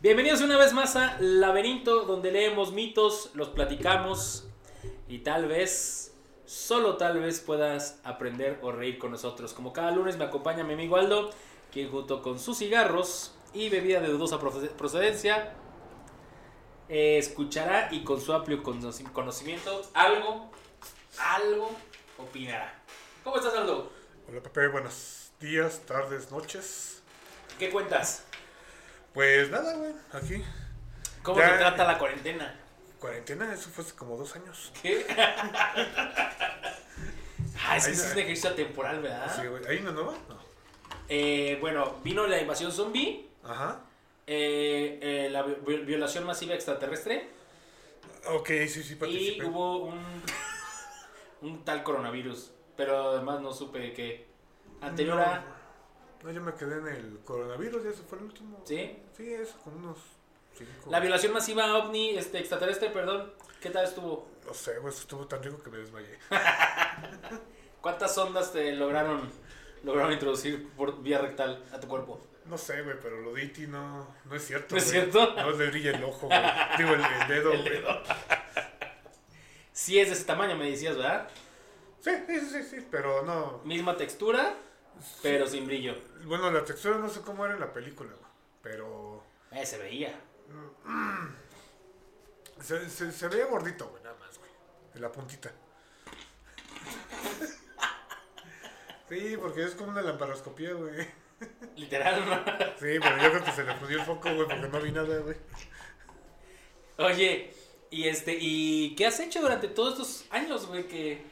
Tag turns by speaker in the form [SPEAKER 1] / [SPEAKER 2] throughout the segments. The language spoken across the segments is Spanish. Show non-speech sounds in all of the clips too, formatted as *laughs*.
[SPEAKER 1] Bienvenidos una vez más a Laberinto, donde leemos mitos, los platicamos y tal vez, solo tal vez puedas aprender o reír con nosotros. Como cada lunes me acompaña mi amigo Aldo, quien junto con sus cigarros y bebida de dudosa profe- procedencia, eh, escuchará y con su amplio conoci- conocimiento algo, algo opinará. ¿Cómo estás Aldo?
[SPEAKER 2] Hola Pepe, buenos días, tardes, noches.
[SPEAKER 1] ¿Qué cuentas?
[SPEAKER 2] Pues nada, güey, aquí.
[SPEAKER 1] ¿Cómo
[SPEAKER 2] Ya.
[SPEAKER 1] te trata la cuarentena?
[SPEAKER 2] Cuarentena, eso fue hace como dos años.
[SPEAKER 1] ¿Qué? *laughs* ah, es que
[SPEAKER 2] Ahí
[SPEAKER 1] sí
[SPEAKER 2] se-
[SPEAKER 1] es un ejercicio temporal, ¿verdad?
[SPEAKER 2] Sí, güey. ¿Hay una nueva? No.
[SPEAKER 1] Eh, bueno, vino la invasión zombie,
[SPEAKER 2] Ajá.
[SPEAKER 1] eh, eh, la vi- vi- violación masiva extraterrestre
[SPEAKER 2] Ok, sí, sí,
[SPEAKER 1] y
[SPEAKER 2] participé.
[SPEAKER 1] hubo un, un tal coronavirus. Pero además no supe qué. Anterior a...
[SPEAKER 2] No, yo me quedé en el coronavirus, ya ese fue el último.
[SPEAKER 1] ¿Sí?
[SPEAKER 2] Sí, eso, como unos cinco.
[SPEAKER 1] La violación masiva ovni, este, extraterrestre, perdón. ¿Qué tal estuvo?
[SPEAKER 2] No sé, güey, eso estuvo tan rico que me desmayé.
[SPEAKER 1] ¿Cuántas ondas te lograron, lograron introducir por vía rectal a tu cuerpo?
[SPEAKER 2] No sé, güey, pero lo de Iti no, no es cierto.
[SPEAKER 1] ¿No es
[SPEAKER 2] güey.
[SPEAKER 1] cierto?
[SPEAKER 2] No le brilla el ojo, güey. Digo, el, el
[SPEAKER 1] *laughs*
[SPEAKER 2] dedo,
[SPEAKER 1] El
[SPEAKER 2] güey.
[SPEAKER 1] dedo. Sí es de ese tamaño, me decías, ¿verdad?
[SPEAKER 2] Sí, sí, sí, sí, pero no.
[SPEAKER 1] Misma textura, pero sin brillo.
[SPEAKER 2] Bueno, la textura no sé cómo era en la película, güey. Pero.
[SPEAKER 1] Eh, se veía.
[SPEAKER 2] Se, se, se veía gordito, güey, nada más, güey. En la puntita. Sí, porque es como una lamparoscopía, güey.
[SPEAKER 1] Literal, ¿no? *laughs*
[SPEAKER 2] Sí, pero yo creo que se le fundió el foco, güey, porque no vi nada, güey.
[SPEAKER 1] Oye, y este, ¿y qué has hecho durante todos estos años, güey? Que,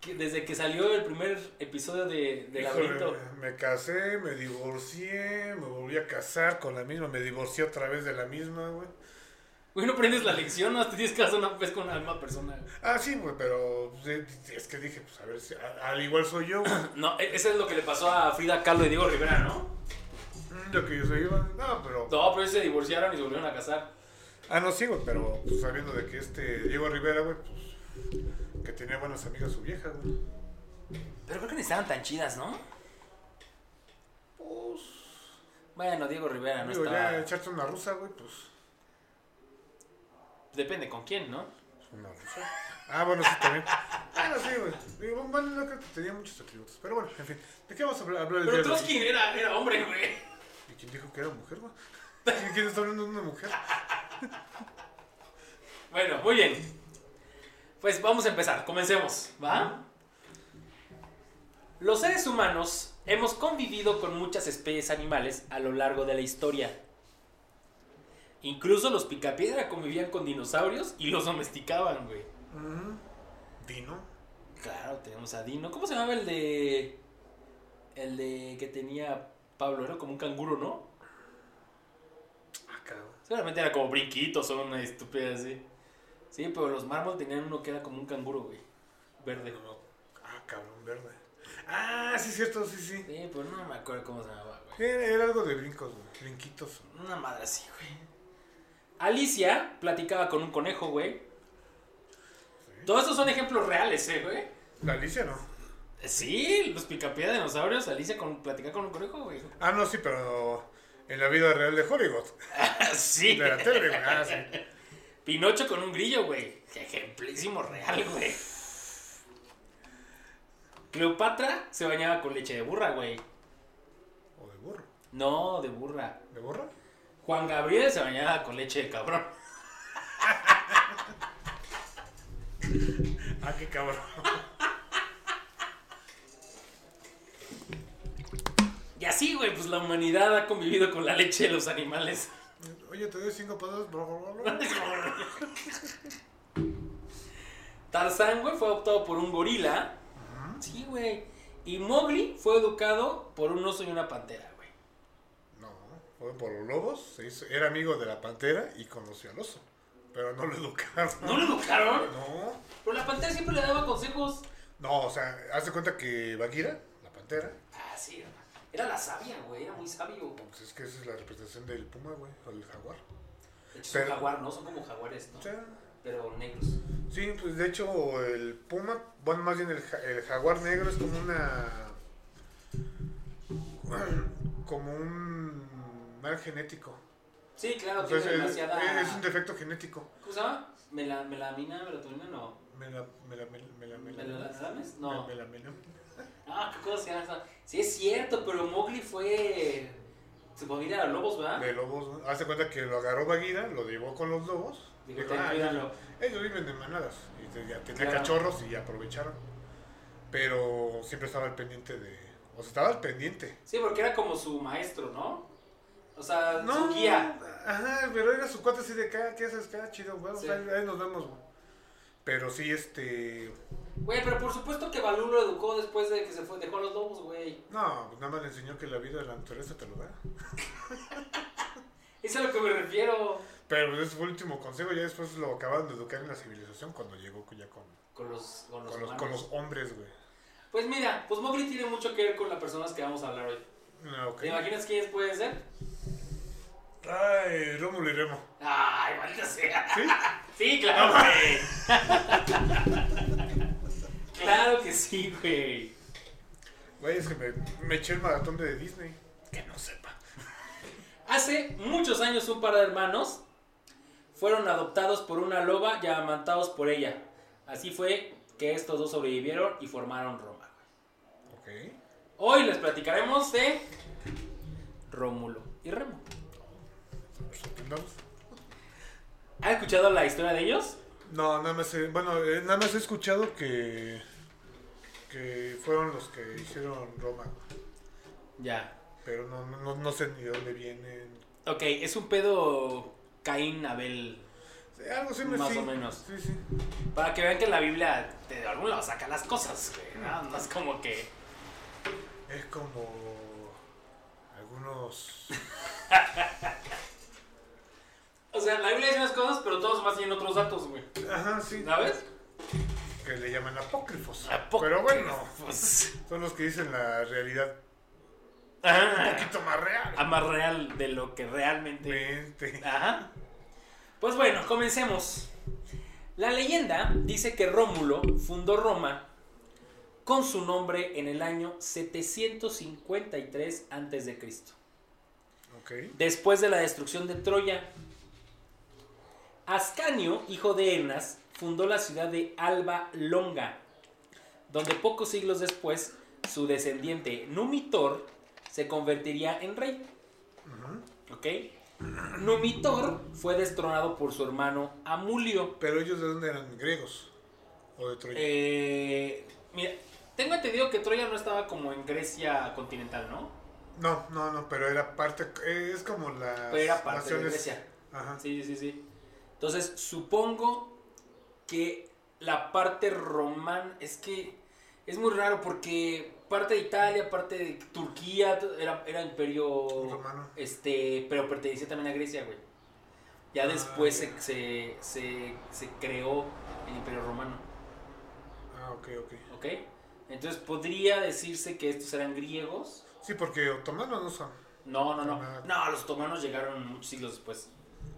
[SPEAKER 1] que desde que salió el primer episodio de, de
[SPEAKER 2] Híjole,
[SPEAKER 1] Laberinto.
[SPEAKER 2] me casé, me divorcié, me volví a casar con la misma, me divorcié otra vez de la misma, güey.
[SPEAKER 1] Güey, no prendes la lección, no te tienes que hacer una vez con la misma persona. güey.
[SPEAKER 2] Ah, sí, güey, pero eh, es que dije, pues a ver, si, a- al igual soy yo, güey.
[SPEAKER 1] No, e- eso es lo que le pasó a Frida Kahlo y Diego Rivera, ¿no?
[SPEAKER 2] Mm, Lo que yo soy, iba. No, pero.
[SPEAKER 1] No, pero ellos se divorciaron y se volvieron a casar.
[SPEAKER 2] Ah, no, sí, güey, pero pues, sabiendo de que este Diego Rivera, güey, pues que tenía buenas amigas su vieja, güey.
[SPEAKER 1] Pero creo que ni estaban tan chidas, ¿no?
[SPEAKER 2] Pues,
[SPEAKER 1] Bueno, Diego Rivera no
[SPEAKER 2] digo, ya
[SPEAKER 1] estaba...
[SPEAKER 2] echarte una rusa, güey, pues
[SPEAKER 1] Depende con quién, ¿no?
[SPEAKER 2] una rusa. Ah, bueno, sí, también. Bueno, sí, güey. Digo, bueno, no creo que tenía muchos atributos. Pero bueno, en fin, ¿de qué vamos a hablar, hablar el
[SPEAKER 1] Pero
[SPEAKER 2] día de hoy?
[SPEAKER 1] Trotsky era, era hombre, güey.
[SPEAKER 2] ¿Y quién dijo que era mujer, güey? ¿Quién, quién está hablando de una mujer?
[SPEAKER 1] Bueno, muy bien. Pues vamos a empezar, comencemos, ¿va? Los seres humanos hemos convivido con muchas especies animales a lo largo de la historia. Incluso los picapiedra convivían con dinosaurios y los domesticaban, güey.
[SPEAKER 2] Mm, Dino.
[SPEAKER 1] Claro, tenemos a Dino. ¿Cómo se llamaba el de. El de que tenía Pablo? Era como un canguro, ¿no?
[SPEAKER 2] Ah, cabrón.
[SPEAKER 1] Seguramente era como brinquitos o una estupidez así. Sí, pero los mármol tenían uno que era como un canguro, güey. Verde.
[SPEAKER 2] No, Ah, cabrón, verde. Ah, sí, cierto, sí, sí.
[SPEAKER 1] Sí, pero no me acuerdo cómo se llamaba, güey.
[SPEAKER 2] Era, era algo de brincos, güey. Brinquitos.
[SPEAKER 1] Una madre así, güey. Alicia platicaba con un conejo, güey.
[SPEAKER 2] Sí.
[SPEAKER 1] Todos estos son ejemplos reales, ¿eh, güey?
[SPEAKER 2] La Alicia, ¿no?
[SPEAKER 1] Sí, los picapiedra dinosaurios, Alicia con, platicaba con un conejo, güey.
[SPEAKER 2] Ah, no, sí, pero en la vida real de Hollywood.
[SPEAKER 1] sí.
[SPEAKER 2] De la tele, güey. Ah, sí.
[SPEAKER 1] *laughs* Pinocho con un grillo, güey. Ejemplísimo real, güey. Cleopatra se bañaba con leche de burra, güey.
[SPEAKER 2] O de burro.
[SPEAKER 1] No, de burra.
[SPEAKER 2] ¿De burro?
[SPEAKER 1] Juan Gabriel se bañaba con leche de cabrón.
[SPEAKER 2] Ah, qué cabrón.
[SPEAKER 1] Y así, güey, pues la humanidad ha convivido con la leche de los animales.
[SPEAKER 2] Oye, te doy cinco pasos.
[SPEAKER 1] Tarzán, güey, fue adoptado por un gorila. Sí, güey. Y Mowgli fue educado por un oso y una pantera, güey.
[SPEAKER 2] No, fue por los lobos. se hizo- era amigo de la pantera y conoció al oso. Pero no lo educaron.
[SPEAKER 1] ¿No lo educaron?
[SPEAKER 2] No.
[SPEAKER 1] Pero la pantera siempre le daba consejos.
[SPEAKER 2] No, o sea, hace cuenta que Bagheera, la pantera,
[SPEAKER 1] Ah, sí. era- Era la sabia, güey. Era muy sabio.
[SPEAKER 2] pues es que esa es la representación del puma, güey, o del jaguar.
[SPEAKER 1] De hecho,
[SPEAKER 2] Pero-
[SPEAKER 1] son jaguar, ¿no? Son como jaguares, ¿no?
[SPEAKER 2] O sea,
[SPEAKER 1] Pero negros.
[SPEAKER 2] sí, pues de hecho el puma, bueno, más bien el, ja- el jaguar negro es como una... Como un mal genético.
[SPEAKER 1] Sí, claro,
[SPEAKER 2] O sea,
[SPEAKER 1] tiene
[SPEAKER 2] es,
[SPEAKER 1] demasiada.
[SPEAKER 2] es un defecto genético.
[SPEAKER 1] ¿Cómo se llama? Mela- ¿Melamina? ¿Melatonina? No.
[SPEAKER 2] Me la, me la, me la, me la, me la,
[SPEAKER 1] ¿Melalames? No.
[SPEAKER 2] Me la, me la-
[SPEAKER 1] Ah, qué cosa se llama esa? Sí, es cierto, pero Mowgli fue. Su familia era lobos, ¿verdad?
[SPEAKER 2] De lobos. ¿no? Hace cuenta que lo agarró Bagheera, lo llevó con los lobos.
[SPEAKER 1] Digo,
[SPEAKER 2] Dijo,
[SPEAKER 1] ten
[SPEAKER 2] "Ah,
[SPEAKER 1] cuidado.
[SPEAKER 2] Ellos viven de manadas. Y te- ya tenía
[SPEAKER 1] Claro.
[SPEAKER 2] cachorros y aprovecharon. Pero siempre estaba al pendiente de. O sea, estaba al pendiente.
[SPEAKER 1] Sí, porque era como su maestro, ¿no? O sea, su guía.
[SPEAKER 2] Ajá, pero era su cuate así de acá, ¿qué haces acá? Chido, güey.
[SPEAKER 1] Sí.
[SPEAKER 2] Ahí, ahí nos vemos, güey. Pero sí, este.
[SPEAKER 1] Güey, pero por supuesto que Balú lo educó después de que se fue, dejó a los lobos, güey.
[SPEAKER 2] No, nada más le enseñó que la vida de la naturaleza te lo da.
[SPEAKER 1] Es a lo que me refiero.
[SPEAKER 2] Pero ese fue el último consejo. Ya después lo acabaron de educar en la civilización cuando llegó ya con,
[SPEAKER 1] Con los, con los,
[SPEAKER 2] con, los,
[SPEAKER 1] humanos.
[SPEAKER 2] con los hombres, güey.
[SPEAKER 1] Pues mira, pues Mowgli tiene mucho que ver con las personas que vamos a hablar hoy.
[SPEAKER 2] No, ok.
[SPEAKER 1] ¿Te imaginas quiénes pueden ser?
[SPEAKER 2] Ay, Rómulo y Remo.
[SPEAKER 1] Ay, maldita sea.
[SPEAKER 2] ¿Sí?
[SPEAKER 1] *laughs* Sí, claro, güey. *laughs* claro que sí, güey.
[SPEAKER 2] Güey, es que me, me eché el maratón de Disney. Que no sepa.
[SPEAKER 1] Hace muchos años un par de hermanos fueron adoptados por una loba y amantados por ella. Así fue que estos dos sobrevivieron y formaron Roma.
[SPEAKER 2] Ok.
[SPEAKER 1] Hoy les platicaremos de Rómulo y Remo.
[SPEAKER 2] pues Sorprendamos.
[SPEAKER 1] ¿Han escuchado la historia de ellos?
[SPEAKER 2] No, nada más. he- bueno, eh, nada más he escuchado que. Que fueron los que hicieron Roma. güey.
[SPEAKER 1] Ya.
[SPEAKER 2] Pero no, no- no, no sé ni de dónde vienen.
[SPEAKER 1] Ok, es un pedo Caín Abel.
[SPEAKER 2] Sí, algo sí me
[SPEAKER 1] Más
[SPEAKER 2] sí.
[SPEAKER 1] o menos.
[SPEAKER 2] Sí, sí.
[SPEAKER 1] Para que vean que la Biblia de algún lado saca las cosas. güey, ¿no? No es como que...
[SPEAKER 2] Es como. Algunos.
[SPEAKER 1] O sea, la Biblia dice unas cosas, pero todos más tienen otros datos, güey.
[SPEAKER 2] Ajá, sí.
[SPEAKER 1] ¿Sabes?
[SPEAKER 2] Que le llaman apócrifos.
[SPEAKER 1] Apócrifos.
[SPEAKER 2] Pero bueno,
[SPEAKER 1] Pues... *laughs*
[SPEAKER 2] son los que dicen la realidad un
[SPEAKER 1] Ah,
[SPEAKER 2] poquito más real.
[SPEAKER 1] a más real de lo que realmente.
[SPEAKER 2] Mente.
[SPEAKER 1] Ajá. Pues bueno, comencemos. La leyenda dice que Rómulo fundó Roma con su nombre en el año 753 a.C.,
[SPEAKER 2] Ok.
[SPEAKER 1] después de la destrucción de Troya. Ascanio, hijo de Enas, fundó la ciudad de Alba Longa, donde pocos siglos después su descendiente Numitor se convertiría en rey.
[SPEAKER 2] Ujú.
[SPEAKER 1] ¿Ok? Numitor fue destronado por su hermano Amulio.
[SPEAKER 2] Pero ellos de dónde eran griegos o de Troya.
[SPEAKER 1] Eh, mira, tengo entendido que Troya no estaba como en Grecia continental, ¿no?
[SPEAKER 2] no, no, no, pero era parte, eh, es como las
[SPEAKER 1] Pero era parte de
[SPEAKER 2] naciones-
[SPEAKER 1] Grecia.
[SPEAKER 2] Ajá.
[SPEAKER 1] Ah, Sí, sí, sí. Entonces, supongo que la parte romana es que es muy raro porque parte de Italia, parte de Turquía to- era, era imperio
[SPEAKER 2] Romano.
[SPEAKER 1] Este, pero pertenecía también a Grecia, güey. Ya
[SPEAKER 2] Ah,
[SPEAKER 1] después se-
[SPEAKER 2] ya.
[SPEAKER 1] se- se- se creó el imperio romano.
[SPEAKER 2] Ah, ok, ok.
[SPEAKER 1] ¿Ok? Entonces, ¿podría decirse que estos eran griegos?
[SPEAKER 2] Sí, porque otomanos no son.
[SPEAKER 1] No, no, no.
[SPEAKER 2] Ah.
[SPEAKER 1] No, los otomanos llegaron muchos siglos después.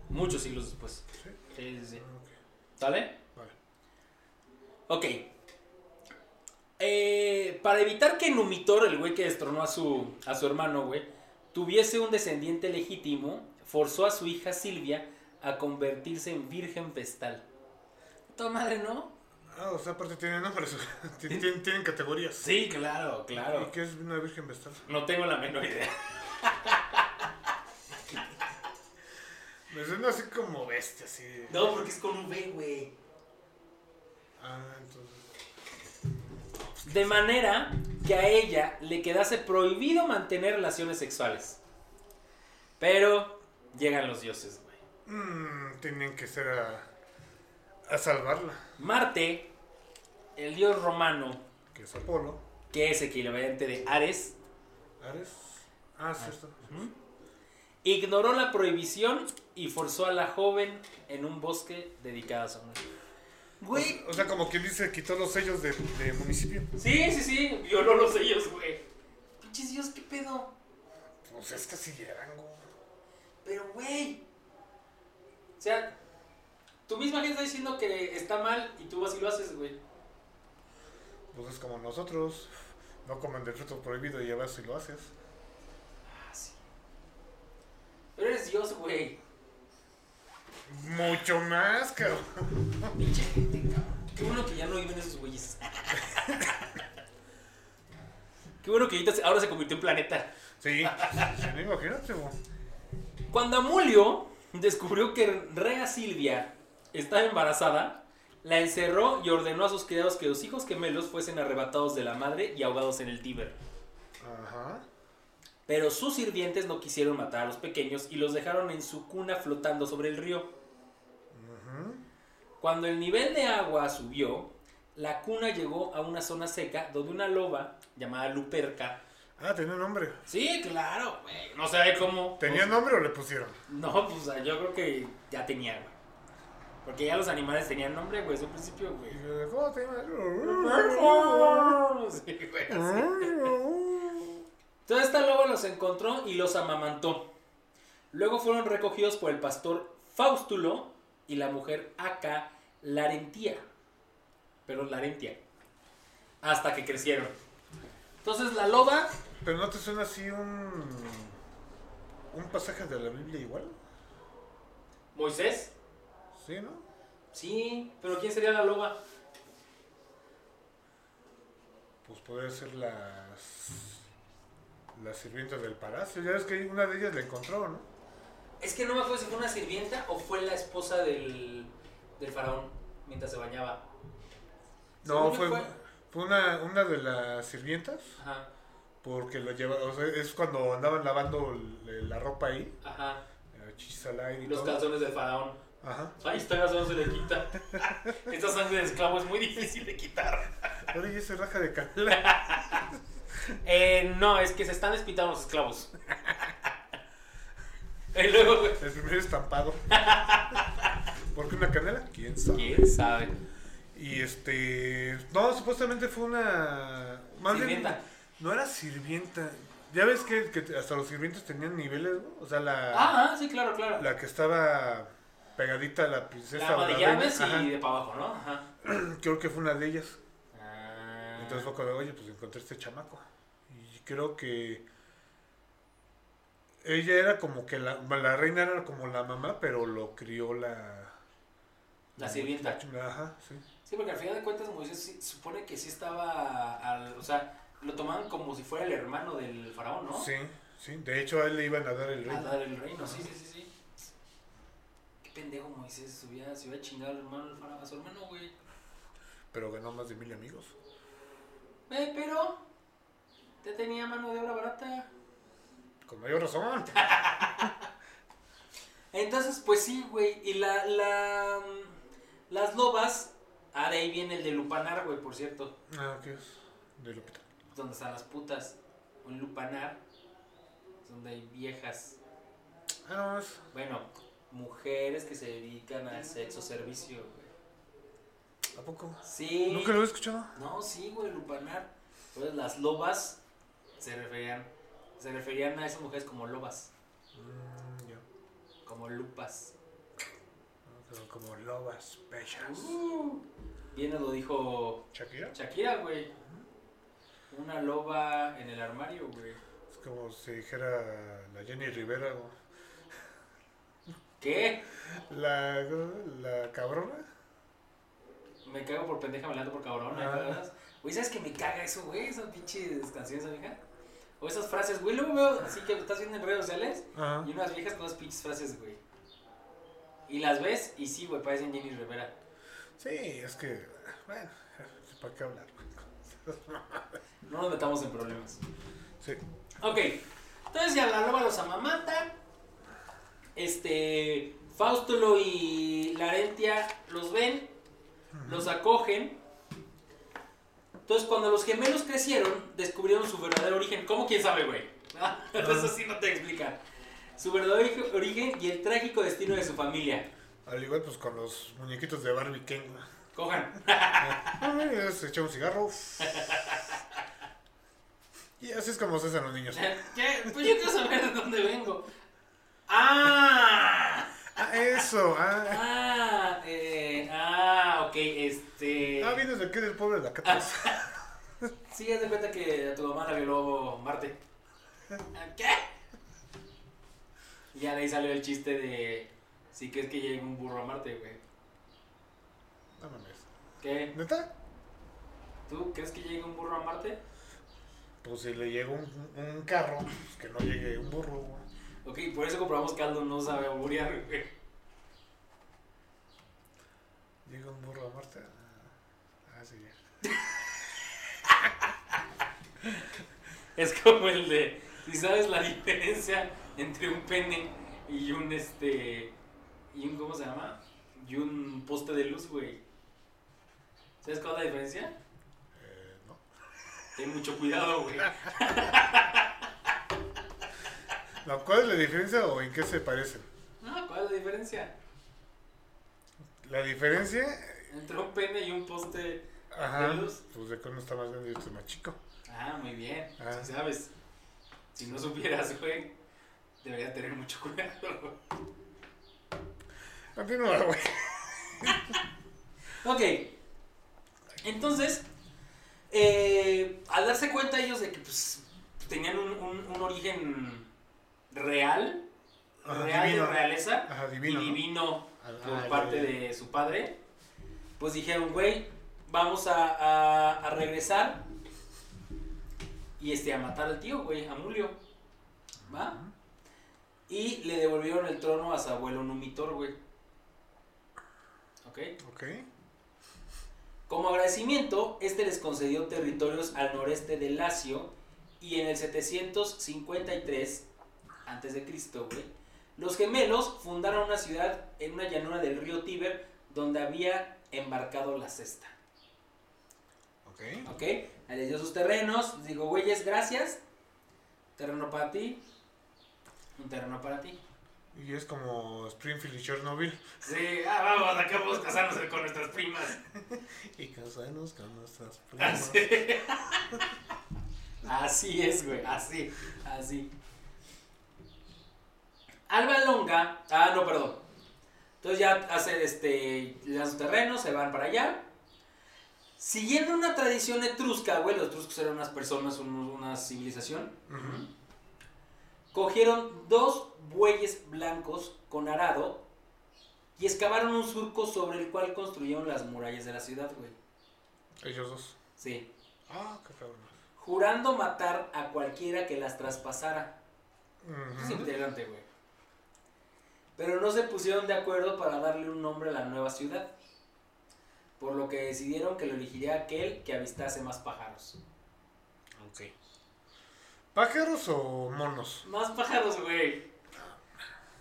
[SPEAKER 1] Muchos siglos después.
[SPEAKER 2] Sí.
[SPEAKER 1] Sí, sí, sí.
[SPEAKER 2] Ah, ok,
[SPEAKER 1] ¿Sale?
[SPEAKER 2] Vale.
[SPEAKER 1] Ok. Eh, para evitar que Numitor, el güey que destronó a su, a su hermano, güey, tuviese un descendiente legítimo, forzó a su hija Silvia a convertirse en virgen vestal. Toda madre, ¿no?
[SPEAKER 2] Ah, o sea, aparte tienen nombres, *laughs* tien- tienen, tienen categorías.
[SPEAKER 1] Sí, claro, claro.
[SPEAKER 2] ¿Y qué es una virgen vestal?
[SPEAKER 1] No tengo la menor idea.
[SPEAKER 2] Me suena así como bestia, así.
[SPEAKER 1] No, porque es con un V, güey.
[SPEAKER 2] Ah, entonces.
[SPEAKER 1] De manera que a ella le quedase prohibido mantener relaciones sexuales. Pero llegan los dioses, güey.
[SPEAKER 2] mm, tienen que ser a, a salvarla,
[SPEAKER 1] Marte, el dios romano,
[SPEAKER 2] que es Apolo.
[SPEAKER 1] que es equivalente de Ares,
[SPEAKER 2] Ares. Ah, cierto.
[SPEAKER 1] ignoró la prohibición y forzó a la joven en un bosque dedicado a su mujer. Güey.
[SPEAKER 2] O sea, como quien dice, quitó los sellos de, de municipio.
[SPEAKER 1] Sí, sí, sí, violó los sellos, güey. Pinches dios, qué pedo.
[SPEAKER 2] Pues es que si eran, güey.
[SPEAKER 1] Pero, güey. O sea, tu misma gente está diciendo que está mal y tú así lo haces, güey.
[SPEAKER 2] Pues es como nosotros. No comen del fruto prohibido y ya vas y lo haces.
[SPEAKER 1] Ah, sí. Pero eres Dios, güey.
[SPEAKER 2] mucho más, cabrón.
[SPEAKER 1] Pinche gente, cabrón. Qué bueno que ya no viven esos güeyes. *laughs* Qué bueno que ahorita se- ahora se convirtió en planeta.
[SPEAKER 2] Sí, sí, imagínate, güey.
[SPEAKER 1] Cuando Amulio descubrió que Rea Silvia estaba embarazada, la encerró y ordenó a sus criados que los hijos gemelos fuesen arrebatados de la madre y ahogados en el Tíber.
[SPEAKER 2] Ajá.
[SPEAKER 1] Pero sus sirvientes no quisieron matar a los pequeños y los dejaron en su cuna flotando sobre el río.
[SPEAKER 2] ujú.
[SPEAKER 1] Cuando el nivel de agua subió, la cuna llegó a una zona seca donde una loba llamada Luperca.
[SPEAKER 2] Ah, tenía nombre.
[SPEAKER 1] Sí, claro, güey. No sabe cómo. Pues,
[SPEAKER 2] ¿Tenía nombre o le pusieron?
[SPEAKER 1] No, pues yo creo que ya tenía, güey. Porque ya los animales tenían nombre, güey, desde un principio, güey.
[SPEAKER 2] Y yo de, ¿Cómo te llamas?
[SPEAKER 1] *laughs* Sí, güey, así. Entonces esta loba los encontró y los amamantó. Luego fueron recogidos por el pastor Faustulo y la mujer Aca Larentía. Pero Larentia. Hasta que crecieron. Entonces la loba,
[SPEAKER 2] Pero no te suena así un. un pasaje de la Biblia igual?
[SPEAKER 1] Moisés.
[SPEAKER 2] Sí, ¿no?
[SPEAKER 1] Sí, pero ¿quién sería la loba?
[SPEAKER 2] Pues podría ser las. las sirvientas del palacio. Ya ves que una de ellas la encontró, ¿no?
[SPEAKER 1] Es que no me acuerdo si fue una sirvienta o fue la esposa del, del faraón mientras se bañaba.
[SPEAKER 2] No,
[SPEAKER 1] Según yo
[SPEAKER 2] fue, fue una, una de las sirvientas.
[SPEAKER 1] Ajá,
[SPEAKER 2] Porque lo lleva, o sea, es cuando andaban lavando el- la ropa ahí,
[SPEAKER 1] ajá.
[SPEAKER 2] eh, chichis al aire y
[SPEAKER 1] Los
[SPEAKER 2] todo.
[SPEAKER 1] calzones del faraón.
[SPEAKER 2] Ajá.
[SPEAKER 1] Ahí está, eso no se le quita. *laughs* Esta sangre de esclavo es muy difícil de quitar.
[SPEAKER 2] Ahora ya se raja de canela. *laughs*
[SPEAKER 1] Eh, no, es que se están despitando los esclavos. *laughs* y luego, güey,
[SPEAKER 2] El
[SPEAKER 1] *laughs*
[SPEAKER 2] primer estampado. ¿Por qué una canela? ¿Quién sabe?
[SPEAKER 1] ¿Quién sabe?
[SPEAKER 2] Y este. No, supuestamente fue una. Más bien,
[SPEAKER 1] Sirvienta.
[SPEAKER 2] no era sirvienta. Ya ves que, que hasta los sirvientes tenían niveles, ¿no? O sea, la,
[SPEAKER 1] Ah, ah, sí, claro, claro. La,
[SPEAKER 2] la que estaba pegadita a la princesa. o
[SPEAKER 1] ama de
[SPEAKER 2] la reina,
[SPEAKER 1] llaves
[SPEAKER 2] ajá,
[SPEAKER 1] y de para abajo, ¿no? Ajá.
[SPEAKER 2] Creo que fue una de ellas.
[SPEAKER 1] Ah.
[SPEAKER 2] Entonces fue cuando, oye, pues encontré este chamaco. Y creo que. Ella era como que la, la reina era como la mamá, pero lo crió la.
[SPEAKER 1] La sirvienta.
[SPEAKER 2] Ajá, sí.
[SPEAKER 1] Sí, porque al final de cuentas Moisés sí- supone que sí estaba, al- o sea, lo tomaban como si fuera el hermano del faraón, ¿no?
[SPEAKER 2] Sí, sí. De hecho, a él le iban a dar el
[SPEAKER 1] A
[SPEAKER 2] reino.
[SPEAKER 1] dar el reino, sí, sí, sí, sí. Qué pendejo Moisés, se hubiera, se hubiera chingado al hermano del faraón, a su hermano, güey.
[SPEAKER 2] Pero ganó más de mil amigos.
[SPEAKER 1] Eh, pero, te tenía mano de obra barata.
[SPEAKER 2] Con
[SPEAKER 1] *laughs*
[SPEAKER 2] mayor razón.
[SPEAKER 1] Entonces, pues sí, güey, y la, la, las lobas, ah, de ahí viene el de Lupanar, güey, por cierto.
[SPEAKER 2] Ah, ¿qué es? De Lupita.
[SPEAKER 1] donde están las putas. Un lupanar, es donde hay viejas,
[SPEAKER 2] Ah, no, es.
[SPEAKER 1] bueno, mujeres que se dedican al sexo servicio, güey.
[SPEAKER 2] ¿A poco?
[SPEAKER 1] Sí.
[SPEAKER 2] Nunca lo he escuchado.
[SPEAKER 1] No, sí, güey, lupanar. Entonces las lobas se referían, se referían a esas mujeres como lobas,
[SPEAKER 2] Mm, ya.
[SPEAKER 1] como lupas.
[SPEAKER 2] Pero Como lobas, bellas.
[SPEAKER 1] Uh. Bien nos lo dijo
[SPEAKER 2] Shakira.
[SPEAKER 1] Shakira, güey. Una loba en el armario, güey.
[SPEAKER 2] Es como si dijera la Jenny Rivera. ¿no?
[SPEAKER 1] ¿Qué?
[SPEAKER 2] La, la cabrona.
[SPEAKER 1] Me cago por pendeja bailando por cabrona,
[SPEAKER 2] Ah.
[SPEAKER 1] ¿verdad? Güey, ¿sabes que me caga eso, güey? Esas pinches canciones, amiga. O esas frases, güey, luego veo así que estás viendo en redes sociales
[SPEAKER 2] Ajá.
[SPEAKER 1] y unas viejas con esas pinches frases, güey. Y las ves y sí, güey, parecen Jenny Rivera.
[SPEAKER 2] Sí, es que. Bueno, ¿para qué hablar?
[SPEAKER 1] No nos metamos en problemas.
[SPEAKER 2] Sí.
[SPEAKER 1] Ok, entonces ya la loba los amamanta. Este, Faustulo y Larentia los ven, los acogen. Entonces, cuando los gemelos crecieron, descubrieron su verdadero origen. ¿Cómo quién sabe, güey? *laughs* Ah, Eso sí no te explican. Su verdadero ori- origen y el trágico destino de su familia.
[SPEAKER 2] Al igual, pues con los muñequitos de Barbie Ken. ¿no?
[SPEAKER 1] Cojan.
[SPEAKER 2] Ay, ya Se echa un cigarro. Y así es como se hacen los niños.
[SPEAKER 1] ¿Qué? Pues yo quiero saber de dónde vengo. ¡Ah!
[SPEAKER 2] Ah, eso. Ah,
[SPEAKER 1] Ah, eh, ah, ok, este.
[SPEAKER 2] ah vienes de aquí del pueblo de la Catas.
[SPEAKER 1] Sí, haz de cuenta que a tu mamá la violó Marte. ¿Qué? Y ya de ahí salió el chiste de Si crees que llegue un burro a Marte, güey.
[SPEAKER 2] No mames.
[SPEAKER 1] ¿Qué?
[SPEAKER 2] ¿Neta?
[SPEAKER 1] ¿Tú crees que llegue un burro a Marte?
[SPEAKER 2] Pues si le llega un, un carro, pues que no llegue un burro, güey.
[SPEAKER 1] Ok, por eso comprobamos que Aldo no sabe alburear, güey.
[SPEAKER 2] Llega un burro a Marte. Ah, ah, sí, ya.
[SPEAKER 1] Es como el de. Si sabes la diferencia entre un pene y un este. y un ¿cómo se llama? y un poste de luz, güey. ¿Sabes cuál es la diferencia?
[SPEAKER 2] Eh, no.
[SPEAKER 1] Ten mucho cuidado, güey.
[SPEAKER 2] No, ¿Cuál es la diferencia o en qué se parecen?
[SPEAKER 1] No, ¿cuál es la diferencia?
[SPEAKER 2] La diferencia.
[SPEAKER 1] Entre un pene y un poste.
[SPEAKER 2] Ajá.
[SPEAKER 1] ¿De luz?
[SPEAKER 2] Pues de que uno está más grande y otro más chico.
[SPEAKER 1] Ah, muy bien.
[SPEAKER 2] Ah.
[SPEAKER 1] Sí sabes. Si no supieras, güey, debería tener mucho *laughs* cuidado, güey.
[SPEAKER 2] Continúa, güey.
[SPEAKER 1] Ok. Entonces, eh, al darse cuenta ellos de que pues, tenían un, un- un origen real,
[SPEAKER 2] Ajá,
[SPEAKER 1] real
[SPEAKER 2] divino.
[SPEAKER 1] de realeza,
[SPEAKER 2] Ajá, divino.
[SPEAKER 1] y
[SPEAKER 2] ¿no?
[SPEAKER 1] divino
[SPEAKER 2] Ah,
[SPEAKER 1] por
[SPEAKER 2] ah, ya,
[SPEAKER 1] parte
[SPEAKER 2] ya.
[SPEAKER 1] de su padre, pues dijeron, güey, vamos a, a- a regresar y este, a matar al tío, güey, a Mulio. ¿Va?
[SPEAKER 2] Ajá.
[SPEAKER 1] Y le devolvieron el trono a su abuelo Numitor, güey. ¿Ok?
[SPEAKER 2] Ok.
[SPEAKER 1] Como agradecimiento, este les concedió territorios al noreste de Lacio y en el 753 a.C., güey, los gemelos fundaron una ciudad en una llanura del río Tíber donde había embarcado la cesta.
[SPEAKER 2] Ok.
[SPEAKER 1] ¿Ok? Ahí les dio sus terrenos, les digo, güeyes, gracias. Terreno para ti, un terreno para ti.
[SPEAKER 2] Y es como Springfield y Chernobyl. *laughs*
[SPEAKER 1] Sí, ah, vamos, acá vamos a casarnos con nuestras primas.
[SPEAKER 2] Y casarnos con nuestras primas.
[SPEAKER 1] Así. Así es, güey, así, así. Alba Longa, ah, no, perdón. Entonces ya hacen este, le dan su terreno, se van para allá. Siguiendo una tradición etrusca, güey, los etruscos eran unas personas, un- una civilización.
[SPEAKER 2] Ujú.
[SPEAKER 1] Cogieron dos bueyes blancos con arado y excavaron un surco sobre el cual construyeron las murallas de la ciudad, güey.
[SPEAKER 2] Ellos dos.
[SPEAKER 1] Sí.
[SPEAKER 2] Ah, qué cabrón.
[SPEAKER 1] jurando matar a cualquiera que las traspasara. Eso Es
[SPEAKER 2] Ujú.
[SPEAKER 1] interesante, güey. Pero no se pusieron de acuerdo para darle un nombre a la nueva ciudad. Por lo que decidieron que lo elegiría aquel que avistase más pájaros.
[SPEAKER 2] Ok. ¿Pájaros o monos?
[SPEAKER 1] Más pájaros, güey.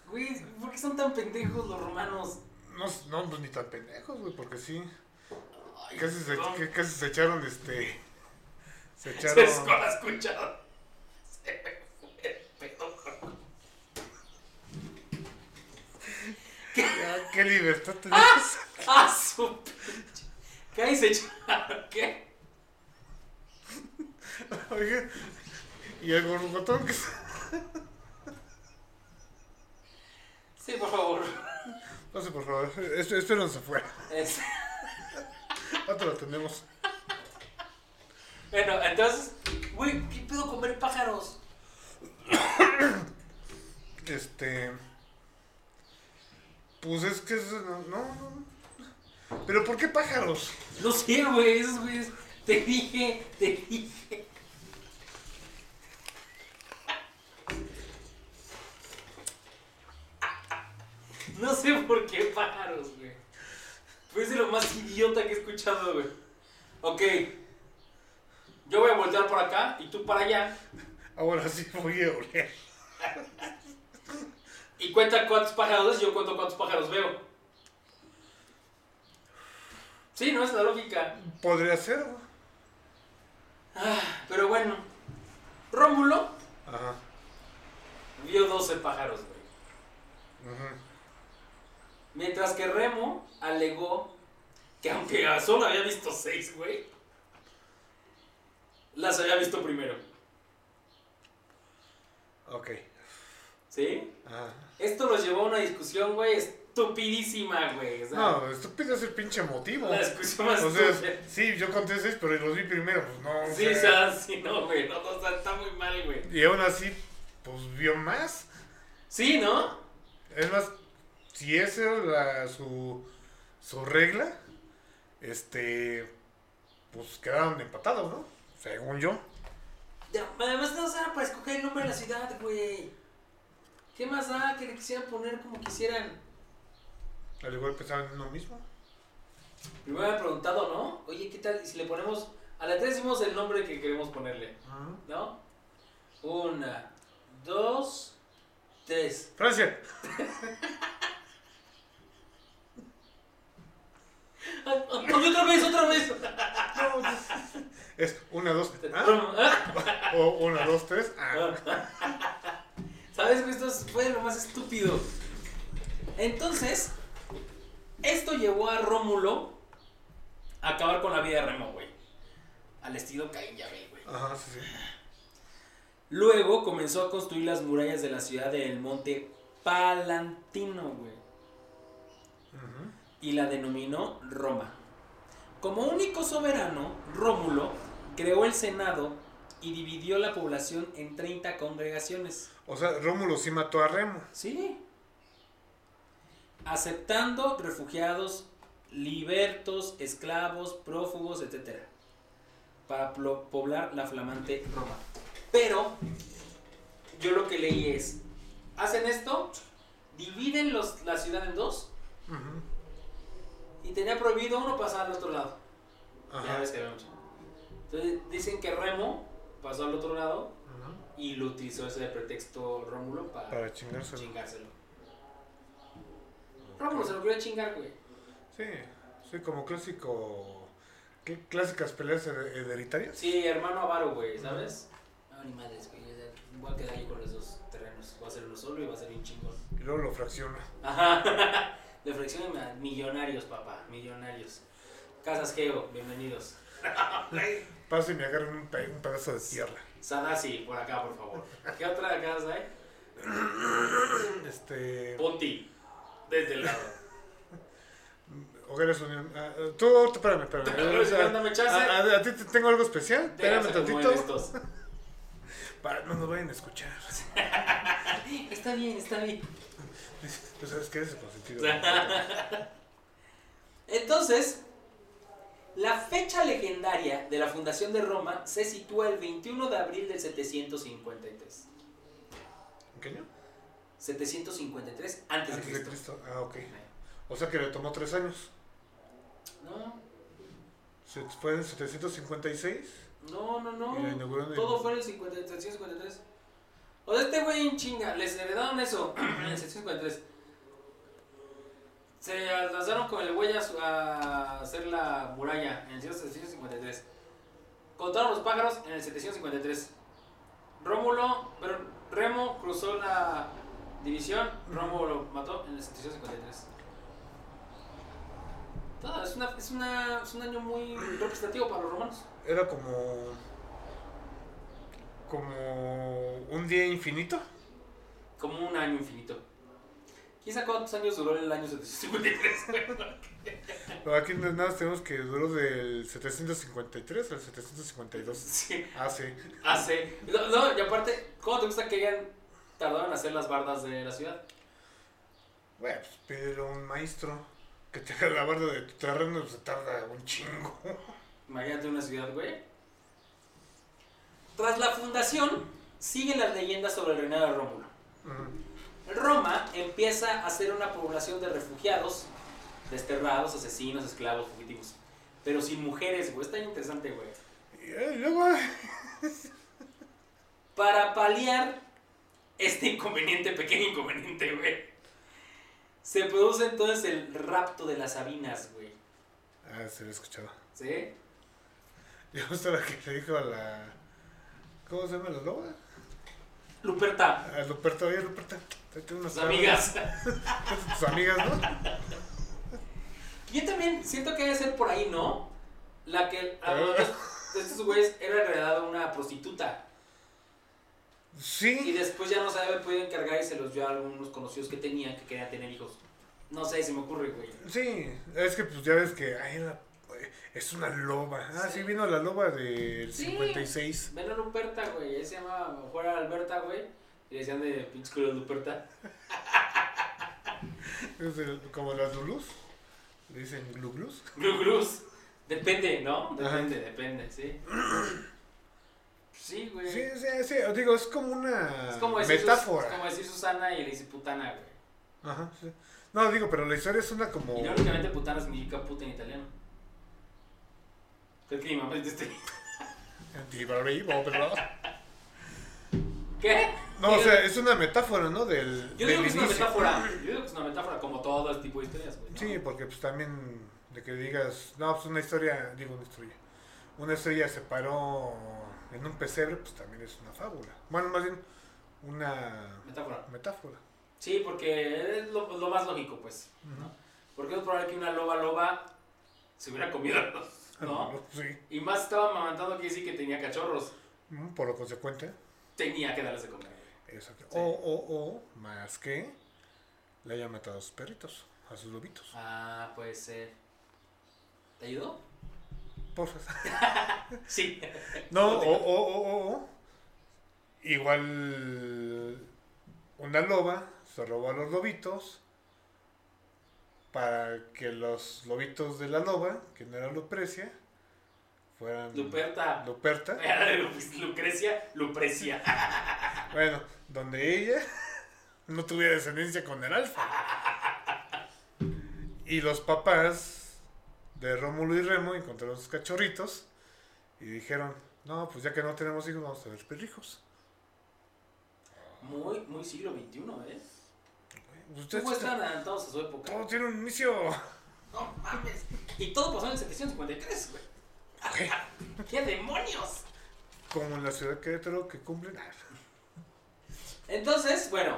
[SPEAKER 1] Güey, ¿por qué son tan pendejos los romanos?
[SPEAKER 2] No, s- no pues ni tan pendejos, güey, porque sí.
[SPEAKER 1] Ay,
[SPEAKER 2] Casi se,
[SPEAKER 1] perdón.
[SPEAKER 2] que- casi se echaron, este.
[SPEAKER 1] *laughs*
[SPEAKER 2] Se
[SPEAKER 1] Se
[SPEAKER 2] echaron.
[SPEAKER 1] esco- la escucharon. Se me fue el pedo.
[SPEAKER 2] *laughs* Ah, ¡Qué libertad *laughs* tenés!
[SPEAKER 1] *laughs* ¡Ah, su pinche! ¿Qué ahí se echaron? ¿Qué?
[SPEAKER 2] Oiga, y el gorgotón que se-
[SPEAKER 1] Sí, por favor.
[SPEAKER 2] Pase, por favor. Esto, esto no se fue.
[SPEAKER 1] *laughs* Es-
[SPEAKER 2] Otro lo tenemos.
[SPEAKER 1] Bueno, entonces, güey, ¿qué pedo comer pájaros?
[SPEAKER 2] Este. Pues es que es. No, no, no. Pero ¿por qué pájaros?
[SPEAKER 1] No sé, güey, esos güeyes. Te dije, te dije. No sé por qué pájaros, güey. Pues es de lo más idiota que he escuchado, güey. Ok. Yo voy a voltear por acá y tú para allá.
[SPEAKER 2] Ahora sí voy a oler.
[SPEAKER 1] Y cuenta cuántos pájaros ves y yo cuento cuántos pájaros veo. Sí, no es la lógica. Ah,
[SPEAKER 2] Podría ser, güey.
[SPEAKER 1] Pero bueno, Rómulo
[SPEAKER 2] Ajá.
[SPEAKER 1] vio 12 pájaros, güey.
[SPEAKER 2] Ujú.
[SPEAKER 1] Mientras que Remo alegó que aunque a solo había visto 6, güey, las había visto primero.
[SPEAKER 2] Ok.
[SPEAKER 1] ¿Sí?
[SPEAKER 2] Ajá.
[SPEAKER 1] Esto nos llevó a una discusión, güey, estupidísima, güey. o sea,
[SPEAKER 2] No, estúpido es el pinche motivo.
[SPEAKER 1] La discusión más
[SPEAKER 2] O
[SPEAKER 1] estúpida.
[SPEAKER 2] sea, sí, yo conté seis, pero los vi primero, pues no. o
[SPEAKER 1] Sí, o
[SPEAKER 2] sea,
[SPEAKER 1] sea, sí, no, güey. No, no, o sea, está muy mal, güey.
[SPEAKER 2] Y aún así, pues vio más.
[SPEAKER 1] Sí, ¿no?
[SPEAKER 2] Es más, si esa era la- su, su regla, este, pues quedaron empatados, ¿no? Según yo.
[SPEAKER 1] Ya, Además, no será para escoger el nombre de la ciudad, güey. ¿Qué más da que le quisieran poner como quisieran?
[SPEAKER 2] Al igual pensaban en lo mismo.
[SPEAKER 1] Primero me habían preguntado, ¿no? Oye, ¿qué tal si le ponemos... A la tres decimos el nombre que queremos ponerle, ¿no? Una, dos, tres. *laughs*
[SPEAKER 2] Francia.
[SPEAKER 1] Ay, ay, otra vez, otra vez!
[SPEAKER 2] No, es una, dos, ah,
[SPEAKER 1] Ah,
[SPEAKER 2] o una, dos, tres. Ah.
[SPEAKER 1] ah. *laughs* ¿Sabes que esto fue lo más estúpido? Entonces, esto llevó a Rómulo a acabar con la vida de Remo, güey. Al estilo Caín Yabel, güey.
[SPEAKER 2] Ajá, sí, sí.
[SPEAKER 1] Luego comenzó a construir las murallas de la ciudad del monte Palantino, güey.
[SPEAKER 2] Ujú.
[SPEAKER 1] y la denominó Roma. Como único soberano, Rómulo creó el Senado y dividió la población en 30 congregaciones.
[SPEAKER 2] O sea, Rómulo sí mató a Remo.
[SPEAKER 1] Sí. Aceptando refugiados, libertos, esclavos, prófugos, etc. Para plo- poblar la flamante Roma. Pero, yo lo que leí es, hacen esto, dividen los- la ciudad en dos
[SPEAKER 2] Ujú.
[SPEAKER 1] y tenía prohibido uno pasar al otro lado. Ya
[SPEAKER 2] Ajá.
[SPEAKER 1] ves que vemos. Entonces dicen que Remo pasó al otro lado
[SPEAKER 2] Ujú.
[SPEAKER 1] y lo utilizó ese de pretexto Rómulo para,
[SPEAKER 2] Para chingárselo.
[SPEAKER 1] chingárselo. Rómulo Ah, se lo quería chingar, güey.
[SPEAKER 2] Sí, sí, como clásico. ¿qué, clásicas peleas he- hereditarias.
[SPEAKER 1] Sí, hermano avaro, güey, ¿sabes? No, ni madres, güey. o sea, Voy a quedar yo con los dos terrenos. Voy a hacer uno solo y va a ser un chingón.
[SPEAKER 2] Y luego lo fracciona.
[SPEAKER 1] Ajá. *laughs* De fracción de ma- millonarios, papá. Millonarios. Casas Geo, bienvenidos.
[SPEAKER 2] Paso y me agarran un, pe- un pedazo de tierra.
[SPEAKER 1] Sadasi, por acá, por favor. ¿Qué otra casa hay?
[SPEAKER 2] *clears throat* Este.
[SPEAKER 1] Ponti, desde el lado.
[SPEAKER 2] Hogares Unión. ah, ah, tú, tú,
[SPEAKER 1] *laughs*
[SPEAKER 2] espérame, espérame. O sea,
[SPEAKER 1] Mándame
[SPEAKER 2] a,
[SPEAKER 1] chance.
[SPEAKER 2] a- a ti te tengo algo especial. Espérame
[SPEAKER 1] Déjame
[SPEAKER 2] tantito.
[SPEAKER 1] estos. *laughs*
[SPEAKER 2] Para no nos vayan a escuchar. *laughs*
[SPEAKER 1] Está bien, está bien.
[SPEAKER 2] Tú Pues, sabes que eres el consentido.
[SPEAKER 1] *laughs* Entonces, la fecha legendaria de la fundación de Roma se sitúa el 21 de abril del 753.
[SPEAKER 2] ¿En qué año?
[SPEAKER 1] 753 antes de
[SPEAKER 2] Antes de
[SPEAKER 1] Cristo.
[SPEAKER 2] Cristo. Ah, ok. O sea que le tomó tres años.
[SPEAKER 1] No,
[SPEAKER 2] Se fue en 756.
[SPEAKER 1] no, no,
[SPEAKER 2] Y la
[SPEAKER 1] no.
[SPEAKER 2] inauguraron en-
[SPEAKER 1] Todo fue en el 53, 53. O sea, este güey en chinga, les heredaron eso *clears throat* en el 753. Se lanzaron con el güey a, su- a hacer la muralla en el 753. Contaron los pájaros en el 753. Rómulo, pero Remo cruzó la división, Rómulo lo mató en el 753. Todo, es, una, es, una, es un año muy representativo para los romanos.
[SPEAKER 2] Era como. Como. Un día infinito.
[SPEAKER 1] Como un año infinito. ¿Quién sabe cuántos años duró el año 753?
[SPEAKER 2] Pero aquí no- nada más tenemos que duró del 753 al
[SPEAKER 1] *laughs*
[SPEAKER 2] 752.
[SPEAKER 1] sí,
[SPEAKER 2] Ah, sí.
[SPEAKER 1] hace. No, no, y aparte, ¿cómo te gusta que hayan tardado en hacer las bardas de la ciudad?
[SPEAKER 2] Bueno, pues pídele a un maestro que te haga la barda de tu terreno, pues, se tarda un chingo.
[SPEAKER 1] Imagínate una ciudad, güey. Tras la fundación, siguen las leyendas sobre el reinado de Rómulo.
[SPEAKER 2] Mm,
[SPEAKER 1] Roma empieza a ser una población de refugiados, desterrados, asesinos, esclavos, fugitivos. Pero sin mujeres, güey. Está interesante, güey.
[SPEAKER 2] Y eh, luego,
[SPEAKER 1] para paliar este inconveniente, pequeño inconveniente, güey. Se produce entonces el rapto de las Sabinas, güey.
[SPEAKER 2] Ah, se lo he escuchado.
[SPEAKER 1] ¿Sí?
[SPEAKER 2] Yo hasta la que le dijo a la. ¿Cómo se llama la loba?
[SPEAKER 1] Luperta,
[SPEAKER 2] A Luperta, oye Luperta, tráete unas
[SPEAKER 1] sus amigas.
[SPEAKER 2] tablas, Tus amigas, ¿no?
[SPEAKER 1] Yo también siento que debe ser por ahí, ¿no? La que a uno de estos- de estos güeyes era heredada una prostituta. Y
[SPEAKER 2] Sí.
[SPEAKER 1] después ya no se había podido encargar y se los dio a algunos conocidos que tenían que querían tener hijos. No sé, se me ocurre, güey.
[SPEAKER 2] Sí. Es que pues ya ves que. Ay, la- Es una loba. Ah, sí,
[SPEAKER 1] Sí.
[SPEAKER 2] vino la loba del
[SPEAKER 1] Sí.
[SPEAKER 2] 56.
[SPEAKER 1] Ven a Luperta, güey. Ella se llamaba, a lo mejor era Alberta, güey. Y le decían de pinche culo de Luperta.
[SPEAKER 2] Es el- como las lulus. Le dicen gluglus.
[SPEAKER 1] Glu Glus. Depende, ¿no?
[SPEAKER 2] Ajá.
[SPEAKER 1] Depende, depende, sí. Sí, güey.
[SPEAKER 2] Sí, sí, sí. Digo, es como una
[SPEAKER 1] es como decir, pues, Sus-
[SPEAKER 2] metáfora.
[SPEAKER 1] es como decir Susana y le dice putana, güey.
[SPEAKER 2] Ajá, sí. No, digo, pero la historia es una como.
[SPEAKER 1] Y no únicamente putana significa puta en italiano. Creo que mi mamá es de este.
[SPEAKER 2] Di barbibo, pero-
[SPEAKER 1] *laughs* ¿Qué?
[SPEAKER 2] No, o sea, es una metáfora, ¿no? Del.
[SPEAKER 1] Yo
[SPEAKER 2] del
[SPEAKER 1] digo que es una
[SPEAKER 2] inicio.
[SPEAKER 1] metáfora. Yo digo que es una metáfora como todo el tipo de historias, güey. ¿no?
[SPEAKER 2] Sí, porque pues también de que digas, no, pues una historia, digo una historia, una estrella se paró en un pesebre, pues también es una fábula. Bueno, más bien una
[SPEAKER 1] Metáfora.
[SPEAKER 2] metáfora.
[SPEAKER 1] Sí, porque es lo, lo más lógico, pues. ¿no?
[SPEAKER 2] Ujú.
[SPEAKER 1] Porque es probable que una loba loba se hubiera comido a los,
[SPEAKER 2] *laughs*
[SPEAKER 1] ¿no?
[SPEAKER 2] Sí,
[SPEAKER 1] Y más estaba mamantando que decir que tenía cachorros.
[SPEAKER 2] mm, por lo consecuente,
[SPEAKER 1] Tenía que darles de comer. güey.
[SPEAKER 2] exacto. O, o, o, más que le haya matado a sus perritos, a sus lobitos.
[SPEAKER 1] Ah, puede ser. ¿Te ayudó?
[SPEAKER 2] Porfas.
[SPEAKER 1] Sí.
[SPEAKER 2] No, o, o, o, o, o, igual una loba se robó a los lobitos para que los lobitos de la loba, que no era Luprecia, fueran...
[SPEAKER 1] Luperta. *laughs*
[SPEAKER 2] Luperta.
[SPEAKER 1] Lucrecia, Luprecia.
[SPEAKER 2] Bueno, donde ella *laughs* no tuviera descendencia con el alfa. Y los papás de Rómulo y Remo encontraron sus cachorritos y dijeron, no, pues ya que no tenemos hijos, vamos a ver perrijos.
[SPEAKER 1] Muy, muy siglo XXI, ¿eh?
[SPEAKER 2] Pues Ustedes
[SPEAKER 1] ¿Cómo
[SPEAKER 2] están-
[SPEAKER 1] están adelantados a su época?
[SPEAKER 2] Todo tiene un inicio.
[SPEAKER 1] No mames. Y todo pasó en el 753, güey.
[SPEAKER 2] Güey,
[SPEAKER 1] ¡Qué demonios!
[SPEAKER 2] Como en la ciudad de Querétaro que cumplen. Ah,
[SPEAKER 1] Entonces, bueno,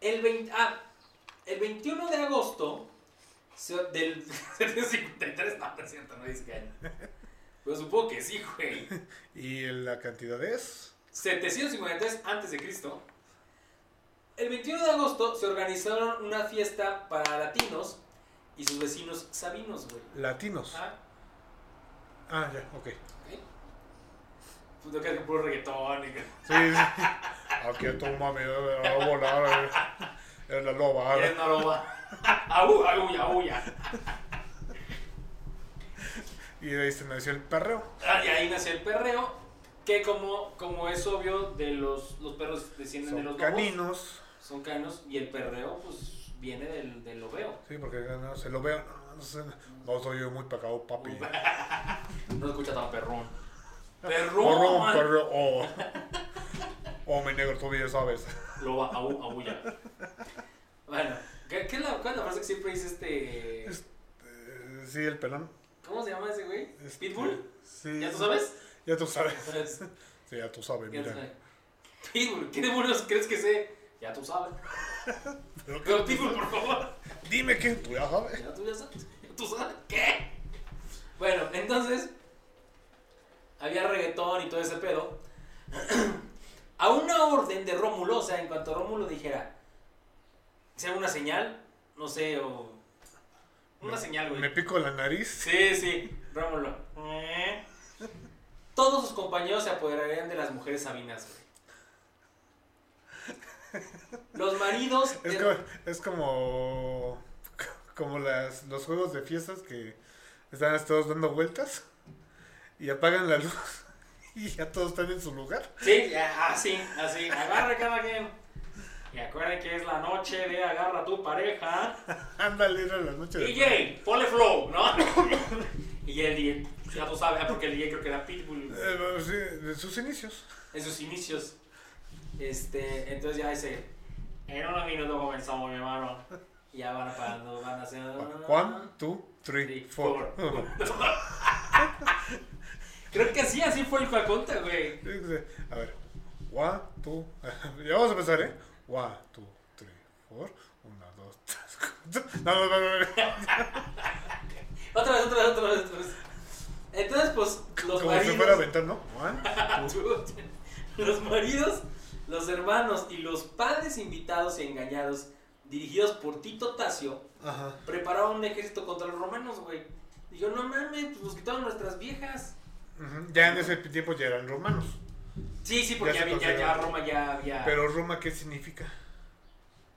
[SPEAKER 1] el, 20 ah, el 21 de agosto se- del *laughs* 753, no, no es cierto, no dice que año. Pero supongo que sí, güey.
[SPEAKER 2] Y la cantidad es.
[SPEAKER 1] 753 antes de Cristo. El 21 de agosto se organizaron una fiesta para latinos y sus vecinos sabinos, güey.
[SPEAKER 2] Latinos.
[SPEAKER 1] Ah,
[SPEAKER 2] Ah, ya, ok.
[SPEAKER 1] ok. Pues no creas que puro reggaetón y que-
[SPEAKER 2] Sí, sí. Aquí a tu mami, eh, a volar. Es la loba. eh.
[SPEAKER 1] Eres una *laughs* loba. Aú, aú, ya, aú, ya.
[SPEAKER 2] Y de ahí se nació el perreo.
[SPEAKER 1] Ah, Y ahí nació el perreo, que como, como es obvio, de los, los perros descienden de
[SPEAKER 2] Son
[SPEAKER 1] los lobos.
[SPEAKER 2] caninos.
[SPEAKER 1] Son caninos. Y el perreo, pues, viene del, del lobeo.
[SPEAKER 2] Sí, porque eh, no, se lo veo. No, no, sé, no soy yo muy pecado, papi.
[SPEAKER 1] *laughs* No se escucha tan perrón.
[SPEAKER 2] Porrón,
[SPEAKER 1] Perrón.
[SPEAKER 2] perreo. Oh. oh, mi negro, tú bien sabes.
[SPEAKER 1] Loba, aú, aú, ya. Bueno, ¿qué, qué es la, ¿cuál es la frase que siempre dice este...
[SPEAKER 2] Es- Eh, Sí, el pelón.
[SPEAKER 1] ¿Cómo se llama ese güey?
[SPEAKER 2] Este,
[SPEAKER 1] ¿Pitbull?
[SPEAKER 2] Sí.
[SPEAKER 1] ¿Ya tú sabes?
[SPEAKER 2] Ya tú sabes. Sí, ya tú sabes,
[SPEAKER 1] Ya tú
[SPEAKER 2] mira.
[SPEAKER 1] sabes. Pitbull, ¿qué demonios crees que sé? Ya tú sabes.
[SPEAKER 2] Pero que-
[SPEAKER 1] Pero Pitbull, por favor.
[SPEAKER 2] Dime que tú ya sabes.
[SPEAKER 1] Ya tú ya sabes. ya tú sabes. ¿Qué? Bueno, entonces. Había reggaetón y todo ese pedo. *clears throat* A una orden de Rómulo, o sea, en cuanto Rómulo dijera. Sea una señal, no sé, o. Una
[SPEAKER 2] Me-
[SPEAKER 1] señal, güey.
[SPEAKER 2] Me pico la nariz.
[SPEAKER 1] Sí, sí, Rómulo. ¿Eh? Todos sus compañeros se apoderarían de las mujeres sabinas, güey. Los maridos. de-
[SPEAKER 2] Es, como, es como. Como las, los juegos de fiestas que están todos dando vueltas y apagan la luz *laughs* y ya todos están en su lugar.
[SPEAKER 1] Sí, ya, así, así. Agarra cada quien. Y acuerden que es la noche de agarra a tu pareja.
[SPEAKER 2] Ándale, era la noche de.
[SPEAKER 1] DJ, ponle flow, ¿no? y el DJ, ya tú sabes, ah, porque el DJ creo que era Pitbull
[SPEAKER 2] Eh, no, sí, de sus inicios.
[SPEAKER 1] en sus inicios. Este, entonces ya dice, en unos minutos comenzamos, mi hermano. Y ya van apagando, van haciendo...
[SPEAKER 2] One, two, three,
[SPEAKER 1] Ah. Three,
[SPEAKER 2] four.
[SPEAKER 1] four. Creo que sí, así fue el Cuaconta, güey.
[SPEAKER 2] A ver. One, two. *laughs* Ya vamos a empezar, ¿eh? One, two, three, four. Una, dos, *laughs* tres, cuatro. No, no, no, no. no.
[SPEAKER 1] Otra vez, otra vez, otra vez, otra vez. Entonces, pues, los
[SPEAKER 2] Como si
[SPEAKER 1] maridos...
[SPEAKER 2] fuera a aventar, ¿no? One,
[SPEAKER 1] Los maridos, los hermanos y los padres invitados y engañados, dirigidos por Tito Tasio,
[SPEAKER 2] Ajá.
[SPEAKER 1] prepararon un ejército contra los romanos, güey. Dijo, no mames, pues nos quitaron nuestras viejas.
[SPEAKER 2] Ujú, Ya en ese tiempo ya eran romanos.
[SPEAKER 1] Sí, sí, porque
[SPEAKER 2] Ya
[SPEAKER 1] ya,
[SPEAKER 2] se
[SPEAKER 1] había- ya- ya
[SPEAKER 2] consideraron.
[SPEAKER 1] Roma ya había...
[SPEAKER 2] Pero Roma, ¿qué significa?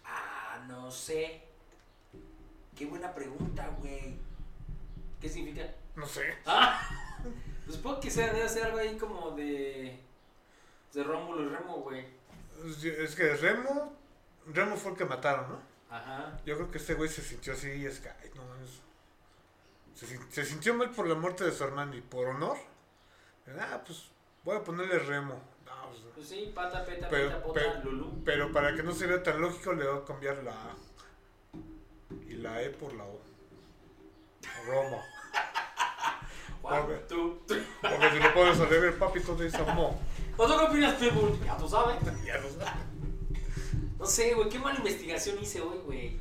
[SPEAKER 1] Ah, no sé. Qué buena pregunta, güey. ¿Qué significa?
[SPEAKER 2] No sé.
[SPEAKER 1] Ah, *laughs* pues supongo que sea, debe ser algo ahí como de. de Rómulo y Remo, güey.
[SPEAKER 2] Es- Es que Remo. Remo fue el que mataron, ¿no?
[SPEAKER 1] Ajá.
[SPEAKER 2] Yo creo que este güey se sintió así y es que, ay, no mames. Se, sin- se sintió mal por la muerte de su hermano y por honor. Ah, pues voy a ponerle remo. No, pues,
[SPEAKER 1] Pues sí, pata, peta,
[SPEAKER 2] Pero-
[SPEAKER 1] peta, pota,
[SPEAKER 2] pero-
[SPEAKER 1] lulú.
[SPEAKER 2] pero para que no se vea tan lógico, le voy a cambiar la A. Y la E por la O. Romo.
[SPEAKER 1] One,
[SPEAKER 2] Porque-
[SPEAKER 1] two, three.
[SPEAKER 2] Porque si lo pones a leer, papi, todo dice mo.
[SPEAKER 1] ¿O tú qué opinas, Pitbull? Ya tú sabes.
[SPEAKER 2] Ya lo sabes.
[SPEAKER 1] No sé, güey, qué mala investigación hice hoy, güey.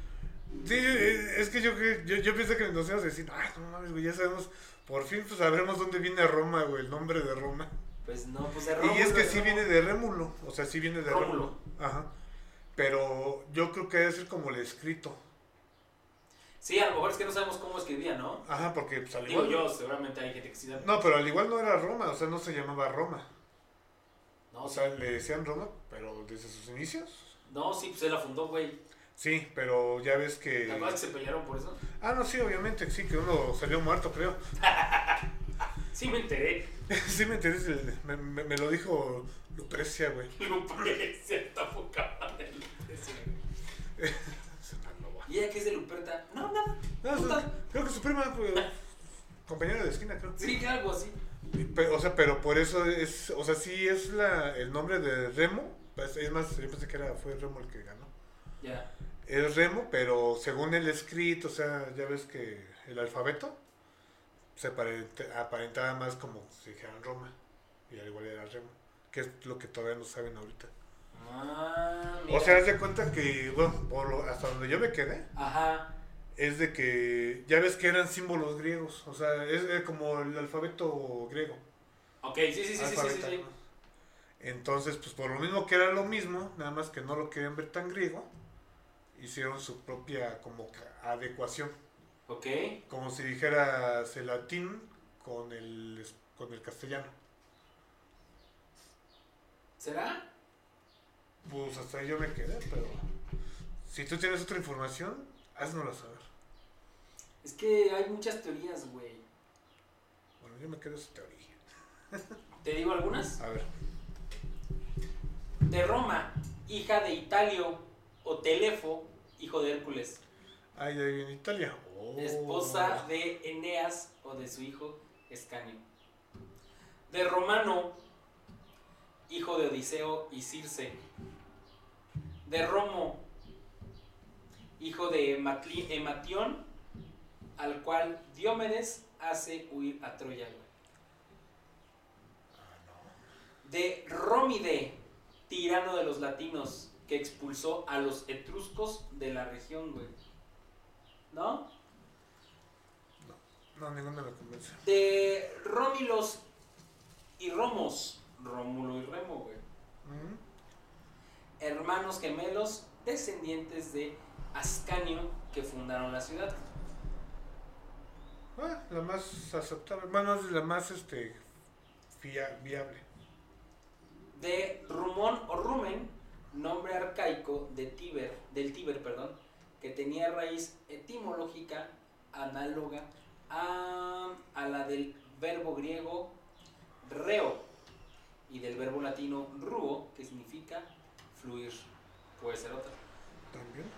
[SPEAKER 2] Sí, eh, es que yo, que- yo, yo pensé que nos ibas a decir, ay, no mames, güey, ya sabemos. Por fin pues, sabremos dónde viene Roma, güey, el nombre de Roma.
[SPEAKER 1] Pues no, pues de
[SPEAKER 2] Y es que
[SPEAKER 1] Rómulo,
[SPEAKER 2] sí
[SPEAKER 1] ¿no?
[SPEAKER 2] viene de Rémulo, o sea, sí viene de
[SPEAKER 1] Rómulo.
[SPEAKER 2] Rémulo. Ajá. Pero yo creo que debe ser como el escrito.
[SPEAKER 1] Sí, a lo mejor es que no sabemos cómo escribía, ¿no?
[SPEAKER 2] Ajá, porque pues, al
[SPEAKER 1] Digo
[SPEAKER 2] igual.
[SPEAKER 1] yo, seguramente hay gente que sí sabe.
[SPEAKER 2] No, pero al igual no era Roma, o sea, no se llamaba Roma.
[SPEAKER 1] No,
[SPEAKER 2] O
[SPEAKER 1] sí.
[SPEAKER 2] sea, le decían Roma, pero desde sus inicios.
[SPEAKER 1] no, sí, pues él la fundó, güey.
[SPEAKER 2] Sí, pero ya ves
[SPEAKER 1] ¿Te
[SPEAKER 2] que.
[SPEAKER 1] acuerdas que se pelearon por eso?
[SPEAKER 2] Ah, no, sí, obviamente, sí, que uno salió muerto, creo. *laughs*
[SPEAKER 1] Sí, me *laughs* enteré.
[SPEAKER 2] sí, me enteré, del- me, me- me lo dijo Luprecia, güey.
[SPEAKER 1] No *laughs* parece esta poca madre. ¿Y ella qué es de Luperta? No, nada.
[SPEAKER 2] No, su-
[SPEAKER 1] Puta.
[SPEAKER 2] creo que su prima, pues, compañera de esquina, creo.
[SPEAKER 1] Sí, algo así.
[SPEAKER 2] Pe- O sea, pero por eso es, o sea, sí es la, el nombre de Remo, pues, es más, yo pensé que era, fue Remo el que ganó.
[SPEAKER 1] Ya.
[SPEAKER 2] Es Remo, pero según el escrito, o sea, ya ves que el alfabeto se aparente- aparentaba más como si dijeran Roma, y al igual era Remo, que es lo que todavía no saben ahorita.
[SPEAKER 1] Ah,
[SPEAKER 2] O
[SPEAKER 1] mira.
[SPEAKER 2] sea, haz de cuenta que, bueno, por lo- hasta donde yo me quedé,
[SPEAKER 1] Ajá.
[SPEAKER 2] es de que, ya ves que eran símbolos griegos, o sea, es eh, como el alfabeto griego.
[SPEAKER 1] Ok, sí, sí, sí,
[SPEAKER 2] Ah,
[SPEAKER 1] sí, sí, sí,
[SPEAKER 2] alfabeto.
[SPEAKER 1] sí.
[SPEAKER 2] Entonces, pues por lo mismo que era lo mismo, nada más que no lo querían ver tan griego, hicieron su propia como que adecuación.
[SPEAKER 1] Ok.
[SPEAKER 2] Como si dijeras el latín con el, es- con el castellano.
[SPEAKER 1] ¿Será?
[SPEAKER 2] Pues hasta ahí yo me quedé, pero si tú tienes otra información, háznosla saber.
[SPEAKER 1] Es que hay muchas teorías, güey.
[SPEAKER 2] Bueno, yo me quedo en teoría.
[SPEAKER 1] ¿Te digo algunas?
[SPEAKER 2] A ver.
[SPEAKER 1] De Roma, hija de Italio o Telefo, hijo de Hércules.
[SPEAKER 2] Ay, ahí viene Italia. Oh.
[SPEAKER 1] esposa de Eneas o de su hijo Escanio. De Romano, hijo de Odiseo y Circe. De Romo, hijo de Ematli- Ematión, al cual Diómedes hace huir a Troya. güey. De Rómide, tirano de los latinos, que expulsó a los etruscos de la región, güey. ¿No?
[SPEAKER 2] No, ninguno me convence.
[SPEAKER 1] de Rómilos y Romos, Rómulo y Remo, güey.
[SPEAKER 2] Ujú.
[SPEAKER 1] Hermanos gemelos descendientes de Ascanio que fundaron la ciudad.
[SPEAKER 2] Ah, la más aceptable. Bueno, es la más este fia- viable.
[SPEAKER 1] De Rumón o Rumen, nombre arcaico de Tíber, del Tíber, perdón, que tenía raíz etimológica análoga a, a la del verbo griego reo y del verbo latino ruo, que significa fluir. Puede ser otra.
[SPEAKER 2] También.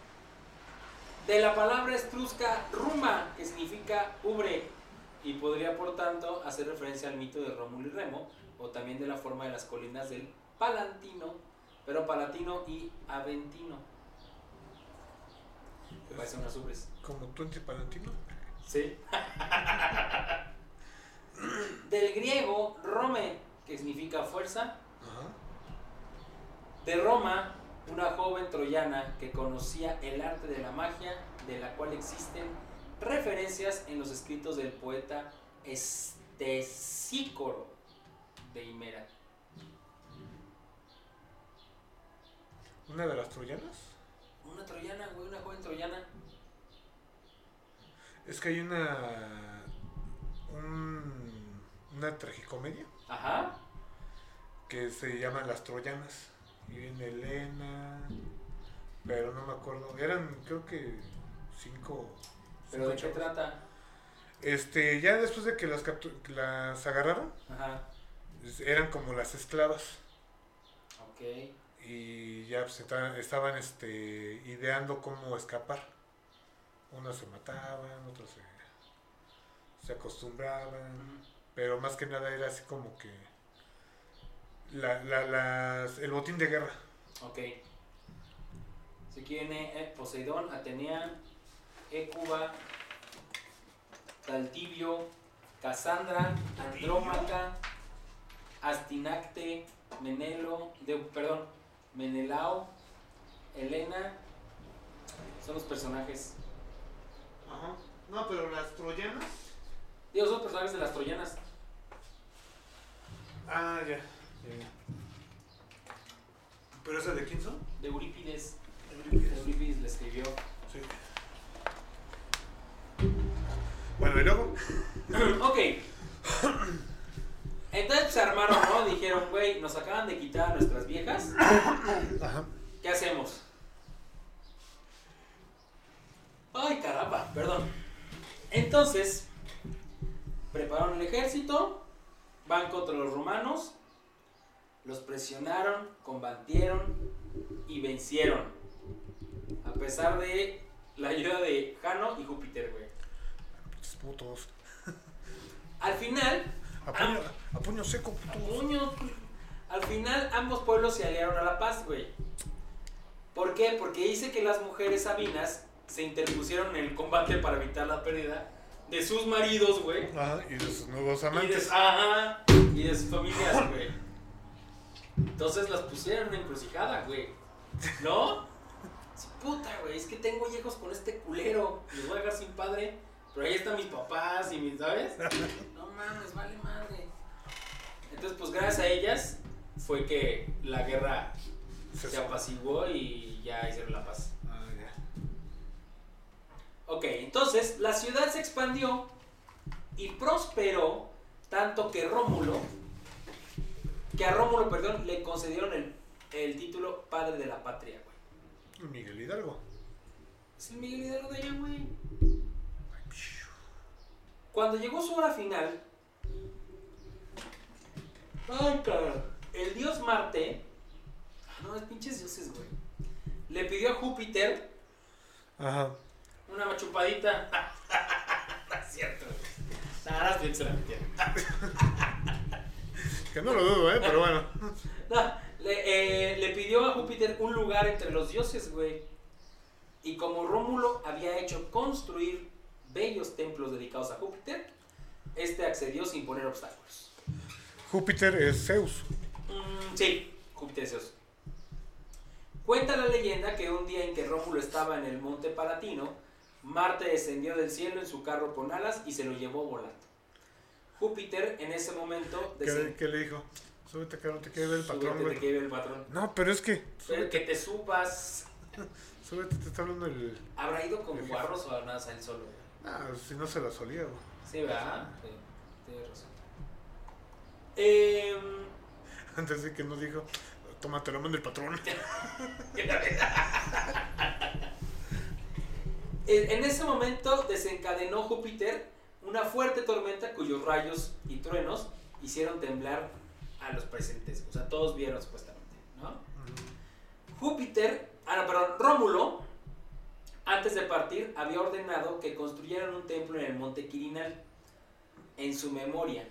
[SPEAKER 1] De la palabra estrusca ruma, que significa ubre, y podría por tanto hacer referencia al mito de Rómulo y Remo, o también de la forma de las colinas del Palantino, pero Palatino y Aventino. Que parecen unas ubres.
[SPEAKER 2] Como Twenty Palantino.
[SPEAKER 1] Sí. *laughs* Del griego rome, que significa fuerza,
[SPEAKER 2] Ajá.
[SPEAKER 1] De Roma, una joven troyana que conocía el arte de la magia, de la cual existen referencias en los escritos del poeta Estesícoro de Himera.
[SPEAKER 2] Una de las troyanas.
[SPEAKER 1] Una troyana, güey, una joven troyana.
[SPEAKER 2] Es que hay una. un- una tragicomedia
[SPEAKER 1] Ajá.
[SPEAKER 2] que se llama Las Troyanas. Y viene Elena. Pero no me acuerdo. Eran, creo que. cinco
[SPEAKER 1] ¿Pero de qué
[SPEAKER 2] chavos.
[SPEAKER 1] trata?
[SPEAKER 2] Este, ya después de que las, captu- que las agarraron,
[SPEAKER 1] Ajá,
[SPEAKER 2] es- eran como las esclavas.
[SPEAKER 1] ok.
[SPEAKER 2] Y ya pues, esta- estaban este, ideando cómo escapar. Unas se mataban, otras se, se acostumbraban. Pero más que nada era así como que. La, la- las, el botín de guerra.
[SPEAKER 1] Ok. Si quieren, eh, eh, Poseidón, Atenea, Écuba, Taltibio, Casandra, Andrómaca, Astinacte, Menelo, de, perdón, Menelao, Helena, son los personajes.
[SPEAKER 2] Ajá. No, pero las troyanas.
[SPEAKER 1] Digo, son los personajes de las troyanas.
[SPEAKER 2] Ah, ya. ¿Pero esas de quién son?
[SPEAKER 1] De Eurípides. Eurípides le escribió.
[SPEAKER 2] Sí. Bueno, y luego.
[SPEAKER 1] *clears throat* ok. Entonces pues, se armaron, ¿no? Dijeron, güey, nos acaban de quitar a nuestras viejas.
[SPEAKER 2] Ajá.
[SPEAKER 1] ¿Qué hacemos? Ay, caramba, perdón. Entonces, prepararon el ejército, van contra los romanos, los presionaron, combatieron y vencieron. A pesar de la ayuda de Jano y Júpiter, güey.
[SPEAKER 2] Pinches putos.
[SPEAKER 1] Al final,
[SPEAKER 2] A puño, a puño seco, putos.
[SPEAKER 1] Puño. Al final ambos pueblos se aliaron a la paz, güey. ¿Por qué? Porque dice que las mujeres sabinas se interpusieron en el combate para evitar la pérdida de sus maridos, güey.
[SPEAKER 2] Ajá, y de sus nuevos
[SPEAKER 1] Y de,
[SPEAKER 2] amantes.
[SPEAKER 1] ajá, y de sus familias, güey. Entonces las pusieron en una encrucijada, güey. ¿No? Sí, Puta, güey, es que tengo hijos con este culero. Los voy a dejar sin padre. Pero ahí están mis papás y mis, ¿sabes? No mames, vale madre. Entonces, pues gracias a ellas fue que la guerra
[SPEAKER 2] Se-
[SPEAKER 1] se apaciguó y ya hicieron la paz.
[SPEAKER 2] Ah, ya.
[SPEAKER 1] Ok, entonces la ciudad se expandió y prosperó tanto que Rómulo, que a Rómulo, perdón, le concedieron el, el título Padre de la Patria, güey.
[SPEAKER 2] Miguel Hidalgo.
[SPEAKER 1] Es el Miguel Hidalgo de allá, güey. Cuando llegó su hora final, ay, cabrón, el dios Marte, Ah, no, es pinches dioses, güey, le pidió a Júpiter
[SPEAKER 2] Ajá.
[SPEAKER 1] Una machupadita. *laughs* no es cierto. Nada, no estoy se la metieron.
[SPEAKER 2] Que no lo dudo, ¿eh? Pero bueno.
[SPEAKER 1] No, *laughs* le, eh, le pidió a Júpiter un lugar entre los dioses, güey. Y como Rómulo había hecho construir bellos templos dedicados a Júpiter, este accedió sin poner obstáculos.
[SPEAKER 2] Júpiter es Zeus.
[SPEAKER 1] Mm, sí, Júpiter es Zeus. Cuenta la leyenda que un día en que Rómulo estaba en el monte Palatino, Marte descendió del cielo en su carro con alas y se lo llevó volando. Júpiter en ese momento
[SPEAKER 2] ¿Qué,
[SPEAKER 1] descendió.
[SPEAKER 2] qué le dijo? Súbete, que no te quiere ver el patrón,
[SPEAKER 1] Súbete, te
[SPEAKER 2] güey.
[SPEAKER 1] quiere el patrón.
[SPEAKER 2] No, pero es que.
[SPEAKER 1] Pero que
[SPEAKER 2] Súbete,
[SPEAKER 1] te subas.
[SPEAKER 2] súbete, te está hablando el.
[SPEAKER 1] ¿Habrá ido con guarros o nada él solo?
[SPEAKER 2] Ah, si no se la solía, güey. *laughs*
[SPEAKER 1] Sí, ¿verdad? Sí, tienes razón. Em,
[SPEAKER 2] Antes de que nos dijo, tómate la mano
[SPEAKER 1] *laughs*
[SPEAKER 2] del patrón.
[SPEAKER 1] En en ese momento desencadenó Júpiter una fuerte tormenta cuyos rayos y truenos hicieron temblar a los presentes. O sea, todos vieron supuestamente, ¿no? Júpiter, ah, no, perdón, Rómulo, antes de partir, había ordenado que construyeran un templo en el monte Quirinal, en su memoria.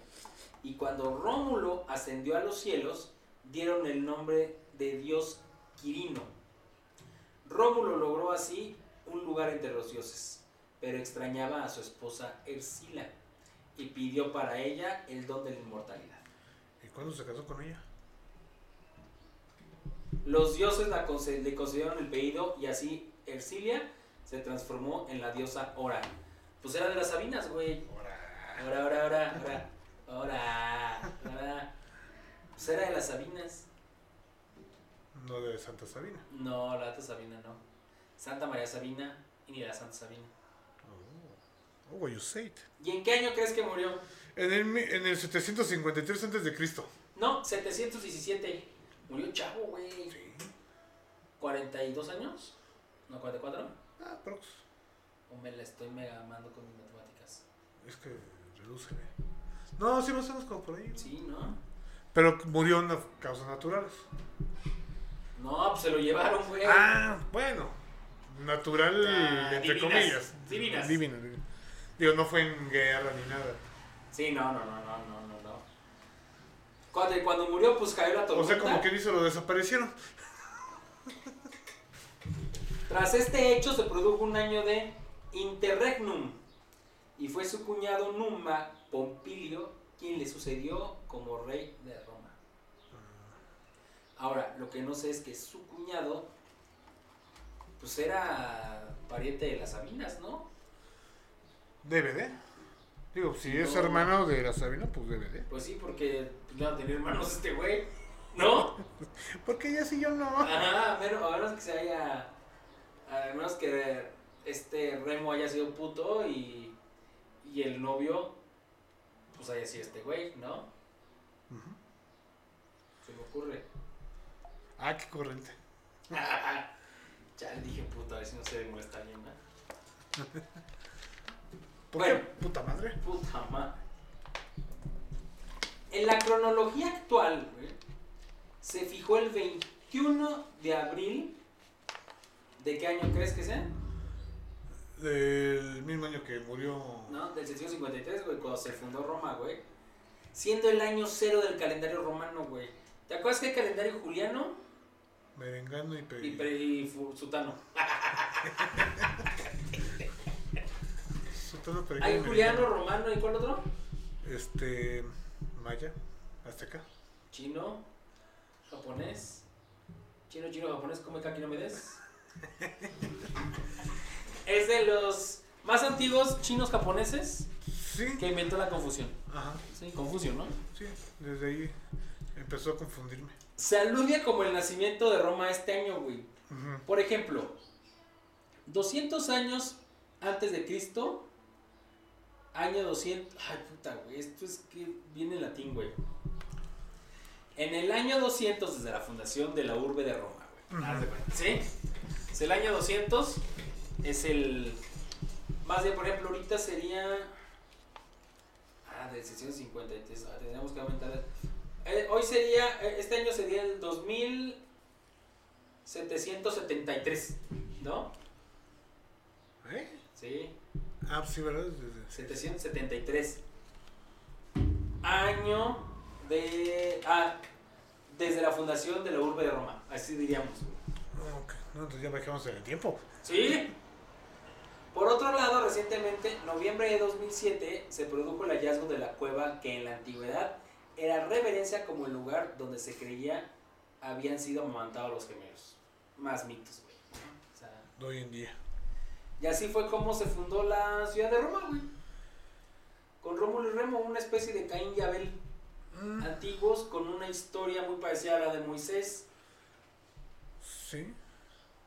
[SPEAKER 1] Y cuando Rómulo ascendió a los cielos, dieron el nombre de dios Quirino. Rómulo logró así un lugar entre los dioses, pero extrañaba a su esposa Ercila y pidió para ella el don de la inmortalidad.
[SPEAKER 2] ¿Y cuándo se casó con ella?
[SPEAKER 1] Los dioses la conce- le concedieron el pedido y así Ercilia se transformó en la diosa Hora. Pues era de las Sabinas, güey. Hora, hora, hora, hora, hora, hora. Pues era de las Sabinas.
[SPEAKER 2] No de Santa Sabina.
[SPEAKER 1] No, la Santa Sabina no. Santa María Sabina y ni la Santa Sabina.
[SPEAKER 2] Oh, what you said.
[SPEAKER 1] ¿Y en qué año crees que murió?
[SPEAKER 2] En el, mi- en el 753 antes de Cristo.
[SPEAKER 1] No, 717. Murió chavo, güey.
[SPEAKER 2] Sí.
[SPEAKER 1] ¿42 años? ¿No, 44?
[SPEAKER 2] Ah, pero...
[SPEAKER 1] ¿O o me la estoy mega amando con mis matemáticas.
[SPEAKER 2] Es que reduce. No, sí más o menos como por ahí.
[SPEAKER 1] Sí, ¿no?
[SPEAKER 2] Pero murió en las causas naturales.
[SPEAKER 1] No, pues se lo llevaron, güey.
[SPEAKER 2] Ah, bueno. Natural,
[SPEAKER 1] Ah,
[SPEAKER 2] entre
[SPEAKER 1] divinas,
[SPEAKER 2] comillas.
[SPEAKER 1] divinas.
[SPEAKER 2] Divina, divina. Digo, no fue en guerra ni nada.
[SPEAKER 1] Sí, no, no, no, no, no, no, no. Cuando, cuando murió, pues cayó la
[SPEAKER 2] O
[SPEAKER 1] tormenta.
[SPEAKER 2] sea, como que dice, lo desaparecieron.
[SPEAKER 1] Tras este hecho se produjo un año de interregnum y fue su cuñado Numa Pompilio quien le sucedió como rey de Roma. Ahora, lo que no sé es que su cuñado pues era pariente de las Sabinas, ¿no?
[SPEAKER 2] DVD. Digo, si
[SPEAKER 1] Sí,
[SPEAKER 2] es
[SPEAKER 1] no.
[SPEAKER 2] hermano de la Sabina, pues DVD.
[SPEAKER 1] Pues sí, porque no tenía hermanos este güey, ¿no?
[SPEAKER 2] Porque ella sí, yo no.
[SPEAKER 1] Ajá, pero a menos que se haya. A menos que este Remo haya sido puto y. Y el novio. Pues haya sido este güey, ¿no?
[SPEAKER 2] Ujú.
[SPEAKER 1] Se me ocurre.
[SPEAKER 2] Ah, qué corriente.
[SPEAKER 1] ya le dije puto, a ver si no se demuestra bien, ¿no?
[SPEAKER 2] ¿Por
[SPEAKER 1] Bueno.
[SPEAKER 2] qué? Puta madre.
[SPEAKER 1] Puta madre. En la cronología actual, güey, se fijó el 21 de abril. ¿De qué año crees que sea?
[SPEAKER 2] Del mismo año que murió.
[SPEAKER 1] ¿no? Del 753, güey, cuando se fundó Roma, güey. Siendo el año cero del calendario romano, güey. ¿Te acuerdas que hay calendario juliano
[SPEAKER 2] Merengano y
[SPEAKER 1] y,
[SPEAKER 2] Peri.
[SPEAKER 1] pre- y fu- sutano?
[SPEAKER 2] Sotelo, Perengano y
[SPEAKER 1] Hay juliano,
[SPEAKER 2] Merengano.
[SPEAKER 1] romano y cuál otro?
[SPEAKER 2] Este. Maya. Azteca.
[SPEAKER 1] Chino, japonés. Chino, chino, japonés, come que aquí no me des? es de los más antiguos chinos japoneses
[SPEAKER 2] Sí.
[SPEAKER 1] que inventó la confusión.
[SPEAKER 2] Ajá.
[SPEAKER 1] Sí, confusión, ¿no?
[SPEAKER 2] Sí. Desde ahí empezó a confundirme.
[SPEAKER 1] Se aludia como el nacimiento de Roma este año, güey.
[SPEAKER 2] Ujú.
[SPEAKER 1] Por ejemplo, 200 años antes de Cristo, año 200. Ay, puta, güey, esto es que viene en latín, güey. En el año 200, desde la fundación de la urbe de Roma, güey. Haz de cuenta, ¿Sí? Es el año 200, es el. Más bien, por ejemplo, ahorita sería. Ah, de 650, entonces, ah, tendríamos que aumentar. Eh, hoy sería. eh, Este año sería el 2000. 773, ¿no?
[SPEAKER 2] ¿Eh?
[SPEAKER 1] Sí,
[SPEAKER 2] Ah, pues sí, ¿verdad? Desde-
[SPEAKER 1] 773. Año de. Ah, desde la fundación de la urbe de Roma, así diríamos.
[SPEAKER 2] Ah, ok. No, entonces ya bajamos en el tiempo.
[SPEAKER 1] ¿Sí? Por otro lado, recientemente, noviembre de 2007, se produjo el hallazgo de la cueva que en la antigüedad era reverencia como el lugar donde se creía habían sido amamantados los gemelos. Más mitos, güey. ¿no? O sea,
[SPEAKER 2] De hoy en día.
[SPEAKER 1] Y así fue como se fundó la ciudad de Roma, güey. Con Rómulo y Remo, una especie de Caín y Abel Ah.
[SPEAKER 2] Mm,
[SPEAKER 1] antiguos con una historia muy parecida a la de Moisés.
[SPEAKER 2] Sí.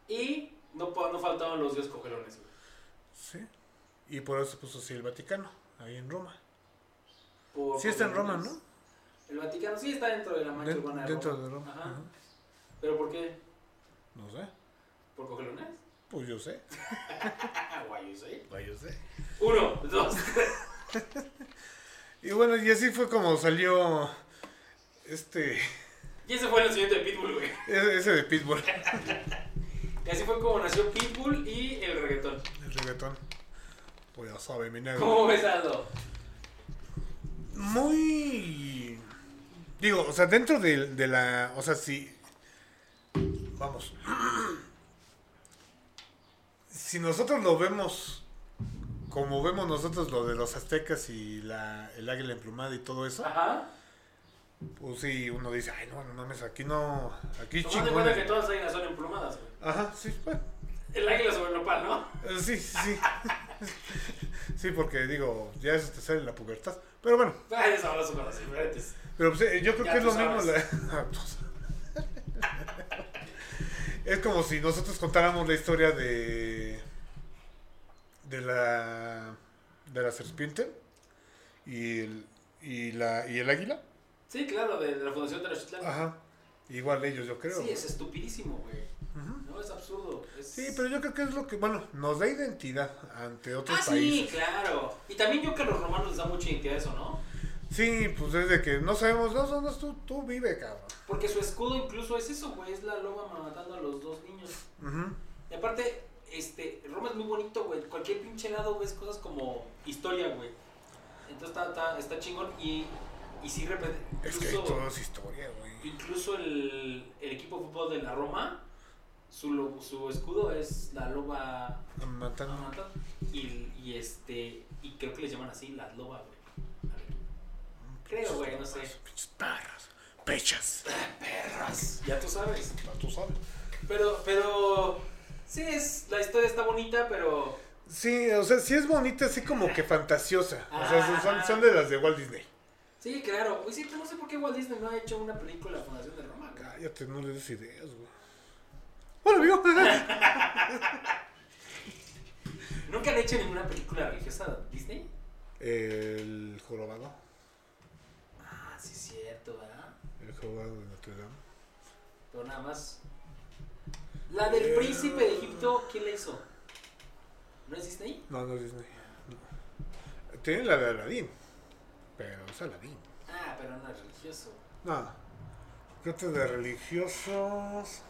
[SPEAKER 1] Y no, po- no faltaban los dios cogelones, güey.
[SPEAKER 2] Sí. Y por eso se puso así el Vaticano. Ahí en Roma.
[SPEAKER 1] Por
[SPEAKER 2] Sí está en Roma,
[SPEAKER 1] cogelones.
[SPEAKER 2] ¿no?
[SPEAKER 1] El Vaticano sí está dentro de la mancha
[SPEAKER 2] Den-
[SPEAKER 1] urbana de
[SPEAKER 2] dentro
[SPEAKER 1] Roma.
[SPEAKER 2] de Roma.
[SPEAKER 1] Ajá.
[SPEAKER 2] Ajá.
[SPEAKER 1] ¿Pero por qué?
[SPEAKER 2] No sé.
[SPEAKER 1] ¿Por cogelones? Ah,
[SPEAKER 2] Pues yo sé.
[SPEAKER 1] Guay, yo sé.
[SPEAKER 2] Pues yo sé.
[SPEAKER 1] Uno, dos, tres.
[SPEAKER 2] Y bueno, y así fue como salió este *laughs* e-,
[SPEAKER 1] Y ese fue el siguiente de Pitbull, güey.
[SPEAKER 2] ese ese de Pitbull, *laughs*
[SPEAKER 1] Y así fue como nació Pitbull y el reggaetón.
[SPEAKER 2] el reggaetón. Pues ya sabe, mi negro.
[SPEAKER 1] ¿Cómo ves, Aldo?
[SPEAKER 2] Muy digo, o sea, dentro de, de la, o sea, si vamos. *clears throat* Si nosotros lo vemos como vemos nosotros lo de los aztecas y la, el águila emplumada y todo eso,
[SPEAKER 1] Ajá.
[SPEAKER 2] pues sí, uno dice, ay, no, no mames, aquí no, aquí
[SPEAKER 1] Tomando en cuenta
[SPEAKER 2] chingones".
[SPEAKER 1] que todas las águilas son emplumadas, güey.
[SPEAKER 2] Ajá, sí, bueno.
[SPEAKER 1] El águila sobre el nopal, ¿no?
[SPEAKER 2] Eh, Sí, sí, sí. *laughs* sí, porque digo, ya eso te sale en la pubertad. Pero bueno,
[SPEAKER 1] Ah, eres sabroso con las diferentes.
[SPEAKER 2] pero pues, eh, yo creo
[SPEAKER 1] Ya
[SPEAKER 2] que es
[SPEAKER 1] tú
[SPEAKER 2] lo mismo.
[SPEAKER 1] sabes.
[SPEAKER 2] la- *laughs* Ah, tú sabes. es como si nosotros contáramos la historia de. de la. de la serpiente y el, y la, y el águila.
[SPEAKER 1] Sí, claro, de, de la Fundación Tenochtitlán.
[SPEAKER 2] Ajá. Igual ellos, yo Ah, creo.
[SPEAKER 1] Sí, es estupidísimo, güey.
[SPEAKER 2] Ujú.
[SPEAKER 1] No, es absurdo. Es es...
[SPEAKER 2] Sí, pero yo creo que es lo que, bueno, nos da identidad ante otros
[SPEAKER 1] Ah, sí,
[SPEAKER 2] países.
[SPEAKER 1] claro. Y también yo creo que a los romanos les da mucha identidad eso, ¿no?
[SPEAKER 2] Sí, pues desde que no sabemos, no, no, no, tú, tú vive, cabrón.
[SPEAKER 1] Porque su escudo incluso es eso, güey, es la loba matando a los dos niños.
[SPEAKER 2] Ujú.
[SPEAKER 1] Y aparte, este, Roma es muy bonito, güey. Cualquier pinche lado ves cosas como historia, güey. Entonces está, está, está chingón y, y sí repente.
[SPEAKER 2] Es que
[SPEAKER 1] incluso-
[SPEAKER 2] todo es historia, güey.
[SPEAKER 1] Incluso el, el equipo de fútbol de la Roma, su, lo- su escudo es la loba
[SPEAKER 2] Matando.
[SPEAKER 1] amata y, y este y creo que les llaman así las lobas, güey. al equipo. Creo, güey, no sé.
[SPEAKER 2] Pinches parras, pechas.
[SPEAKER 1] Perras, ya tú sabes.
[SPEAKER 2] Ya Ah, tú sabes.
[SPEAKER 1] Pero, pero sí es la historia está bonita, pero
[SPEAKER 2] Sí, o sea, sí es bonita, así como que fantasiosa. O sea, son, son de las de Walt Disney.
[SPEAKER 1] sí, claro. Uy, sí, pero no sé por qué Walt Disney no ha hecho una película de la Fundación de Roma. güey.
[SPEAKER 2] Cállate, no le des ideas, güey. Bueno, amigo. *laughs*
[SPEAKER 1] Nunca han hecho ninguna película religiosa de Disney.
[SPEAKER 2] El jorobado.
[SPEAKER 1] Ah, sí es cierto, ¿verdad?
[SPEAKER 2] El jorobado de Notre Dame.
[SPEAKER 1] Pero nada más. La del
[SPEAKER 2] Eh.
[SPEAKER 1] príncipe de Egipto, ¿quién la hizo? ¿No es Disney?
[SPEAKER 2] No, no es Disney. No. Tiene la de Aladdin. Pero es Aladdin.
[SPEAKER 1] Ah, pero no es religioso.
[SPEAKER 2] No. ¿Qué otras de religiosos?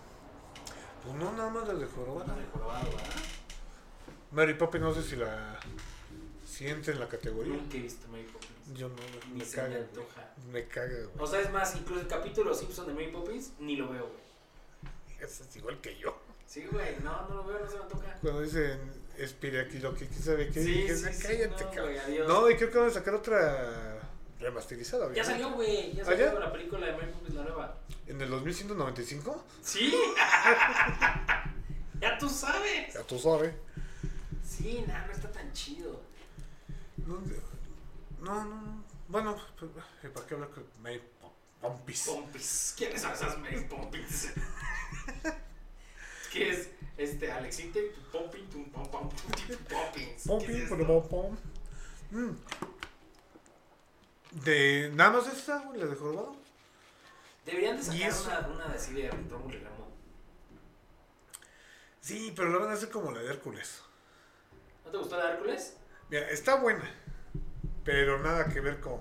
[SPEAKER 2] Pues no, nada más las de jorobado.
[SPEAKER 1] Bueno, de jorobado, ¿verdad?
[SPEAKER 2] Mary Poppins, no sé si la siente en la categoría.
[SPEAKER 1] Nunca he visto Mary Poppins.
[SPEAKER 2] Yo no, güey,
[SPEAKER 1] Ni
[SPEAKER 2] me
[SPEAKER 1] se me
[SPEAKER 2] caga, güey.
[SPEAKER 1] antoja.
[SPEAKER 2] Me caga,
[SPEAKER 1] O
[SPEAKER 2] güey.
[SPEAKER 1] sea, es más, incluso el capítulo Simpson de Mary Poppins ni lo veo, güey.
[SPEAKER 2] Eso es igual que yo.
[SPEAKER 1] Sí, güey, no, no lo veo, no se me toca.
[SPEAKER 2] Cuando dicen espiraquiloqui, quién sabe qué,
[SPEAKER 1] Sí,
[SPEAKER 2] dije,
[SPEAKER 1] sí,
[SPEAKER 2] "Ah,
[SPEAKER 1] sí,
[SPEAKER 2] cállate,
[SPEAKER 1] no,
[SPEAKER 2] cabrón.
[SPEAKER 1] güey, adiós.
[SPEAKER 2] No, y creo que van a sacar otra remasterizada,
[SPEAKER 1] Ya
[SPEAKER 2] obviamente.
[SPEAKER 1] salió, güey, ya
[SPEAKER 2] ¿Ah,
[SPEAKER 1] salió
[SPEAKER 2] ya?
[SPEAKER 1] la película de Mary Poppins, la nueva.
[SPEAKER 2] En el 2195,
[SPEAKER 1] ¿Sí? *laughs* ya tú sabes.
[SPEAKER 2] ya tú sabes.
[SPEAKER 1] Sí, nada, no está tan chido.
[SPEAKER 2] No, no, no. Bueno, pues, ¿para qué hablar con Mary Pop- Pompis?
[SPEAKER 1] Pompis. ¿Quiénes son esas Mary *laughs* Pompis? ¿Qué es? Este, Alexite, tu Pompin, tu pom, pom, tu, ti, tu Pompins. ¿Qué es
[SPEAKER 2] Pompis,
[SPEAKER 1] esto?
[SPEAKER 2] pero pom, pom. Mm. De nada más esta, güey, la de Jorobado.
[SPEAKER 1] Deberían de
[SPEAKER 2] ¿Y
[SPEAKER 1] sacar
[SPEAKER 2] eso?
[SPEAKER 1] una, una así de Rómulo y Remo.
[SPEAKER 2] Sí, pero la van a hacer como la de Hércules.
[SPEAKER 1] ¿No te gustó la de Hércules?
[SPEAKER 2] Mira, está buena, pero nada que ver con.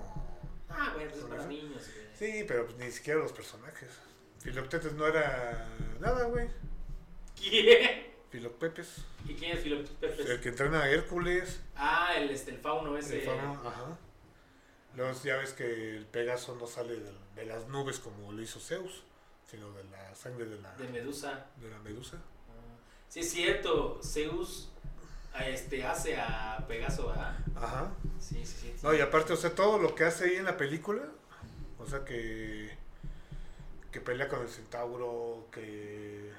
[SPEAKER 1] Ah, bueno, pues es
[SPEAKER 2] ¿Con
[SPEAKER 1] para
[SPEAKER 2] eso?
[SPEAKER 1] niños. güey.
[SPEAKER 2] Sí, pero pues, ni siquiera los personajes. Filoctetes no era nada, güey.
[SPEAKER 1] ¿Quién?
[SPEAKER 2] Filocpepes.
[SPEAKER 1] ¿Y quién es Filo
[SPEAKER 2] El que entrena a Hércules.
[SPEAKER 1] Ah, el, este, el fauno ese.
[SPEAKER 2] el famo- ajá. Los, ya ves que el Pegaso no sale del- de, las nubes como lo hizo Zeus, sino de la sangre de la,
[SPEAKER 1] De Medusa.
[SPEAKER 2] de la medusa.
[SPEAKER 1] Ah, Sí, es cierto. Zeus ah, este, hace a Pegaso, ¿verdad?
[SPEAKER 2] Ajá.
[SPEAKER 1] Sí, sí, sí.
[SPEAKER 2] No, y aparte, o sea, todo lo que hace ahí en la película, o sea, que, que pelea con el centauro, que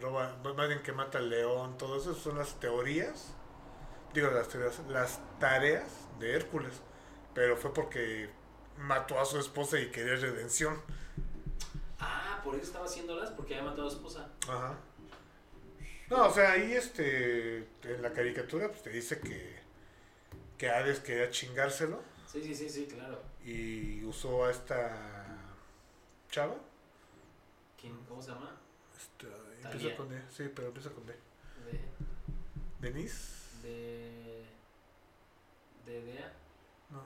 [SPEAKER 2] roba, más bien que mata al león, todo eso son las teorías, digo, las teorías, las tareas de Hércules, pero fue porque mató a su esposa y quería redención.
[SPEAKER 1] Ah, por eso estaba haciéndolas, porque había matado a su esposa.
[SPEAKER 2] Ajá. No, o sea, ahí este, en la caricatura, pues te dice que, que Hades quería chingárselo.
[SPEAKER 1] Sí, sí, sí, sí, claro.
[SPEAKER 2] y usó a esta chava.
[SPEAKER 1] ¿Quién, ¿Cómo se llama?
[SPEAKER 2] Esta,
[SPEAKER 1] Thalía.
[SPEAKER 2] empieza con D, sí, pero empieza con D.
[SPEAKER 1] De.
[SPEAKER 2] Denise.
[SPEAKER 1] de. de Dea.
[SPEAKER 2] No.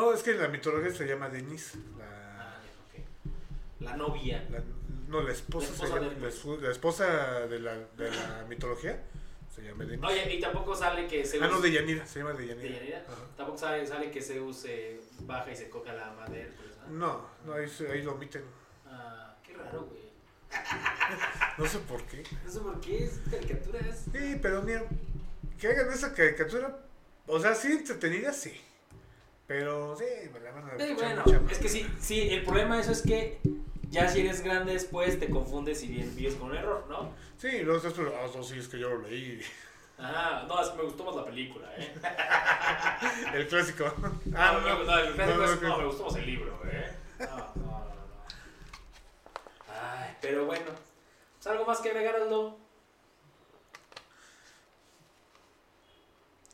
[SPEAKER 2] no, es que en la mitología se llama Denise.
[SPEAKER 1] Ah,
[SPEAKER 2] La,
[SPEAKER 1] ya, ok. La novia.
[SPEAKER 2] la- no, la esposa,
[SPEAKER 1] La
[SPEAKER 2] se
[SPEAKER 1] esposa
[SPEAKER 2] llama-
[SPEAKER 1] de-
[SPEAKER 2] la, su- la esposa de la, de la mitología se llama Denise.
[SPEAKER 1] Oye, y tampoco sale que Zeus.
[SPEAKER 2] ah, no, de Yanira, se llama de
[SPEAKER 1] de Yanira.
[SPEAKER 2] Yanira. Ajá.
[SPEAKER 1] Tampoco sale, sale que Zeus eh, baja y se coge a la madre. Pues, ¿no?
[SPEAKER 2] No, no, ahí, se- ahí lo omiten.
[SPEAKER 1] Ah, qué raro, güey.
[SPEAKER 2] No sé por qué.
[SPEAKER 1] No sé por qué es caricaturas.
[SPEAKER 2] Sí, pero mira, que hagan esa caricatura. O sea, sí, entretenida, sí. Pero sí, me la van a
[SPEAKER 1] Sí,
[SPEAKER 2] echar
[SPEAKER 1] bueno,
[SPEAKER 2] Ah, mucha madre.
[SPEAKER 1] es que sí, sí, el problema de eso es que ya si eres grande después te confundes y bien vives con un error, ¿no?
[SPEAKER 2] Sí, y luego estás pero, ah, no, sí, es que yo lo leí. *laughs*
[SPEAKER 1] Ah, no, es- me gustó más la película, ¿eh?
[SPEAKER 2] El clásico.
[SPEAKER 1] *laughs* Ah, no, no, no, el clásico
[SPEAKER 2] no,
[SPEAKER 1] es,
[SPEAKER 2] ok.
[SPEAKER 1] pues, no, me gustó más el libro, ¿eh? No, no, no, no. Ay, pero bueno. Pues, ¿Algo más que agregar, Aldo?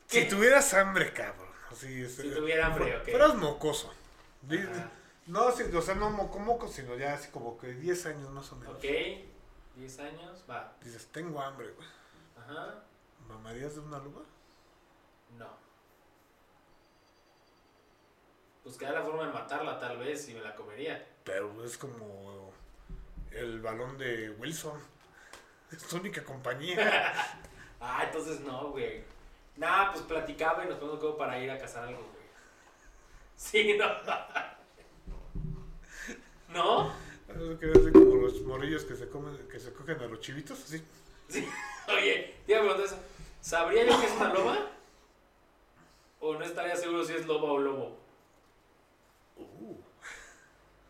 [SPEAKER 2] Si tuvieras hambre, cabrón. Así es,
[SPEAKER 1] Si
[SPEAKER 2] eh,
[SPEAKER 1] tuviera hambre,
[SPEAKER 2] fu-
[SPEAKER 1] ok.
[SPEAKER 2] Fueras mocoso. Di-
[SPEAKER 1] Ajá.
[SPEAKER 2] No, sí, o sea, no moco moco, sino ya así como que 10 años más o menos.
[SPEAKER 1] Ok. 10 años, va.
[SPEAKER 2] Dices, tengo hambre, güey.
[SPEAKER 1] Ajá.
[SPEAKER 2] ¿Mamarías de una luva?
[SPEAKER 1] No. Buscaría Pues, la forma de matarla tal vez y me la comería.
[SPEAKER 2] Pero es como el balón de Wilson. Es tu
[SPEAKER 1] *laughs*
[SPEAKER 2] única compañía.
[SPEAKER 1] Ah, entonces no, güey. Nah, pues platicaba y nos ponemos de acuerdo para ir a cazar algo, güey. *laughs* Sí, no. *laughs* ¿No?
[SPEAKER 2] Eso que hace como los morrillos que se comen, que se cogen a los chivitos, así.
[SPEAKER 1] *laughs* Oye, dígame entonces, ¿sabría yo que es una loba? ¿O no estaría seguro si es loba o lobo?
[SPEAKER 2] Uh.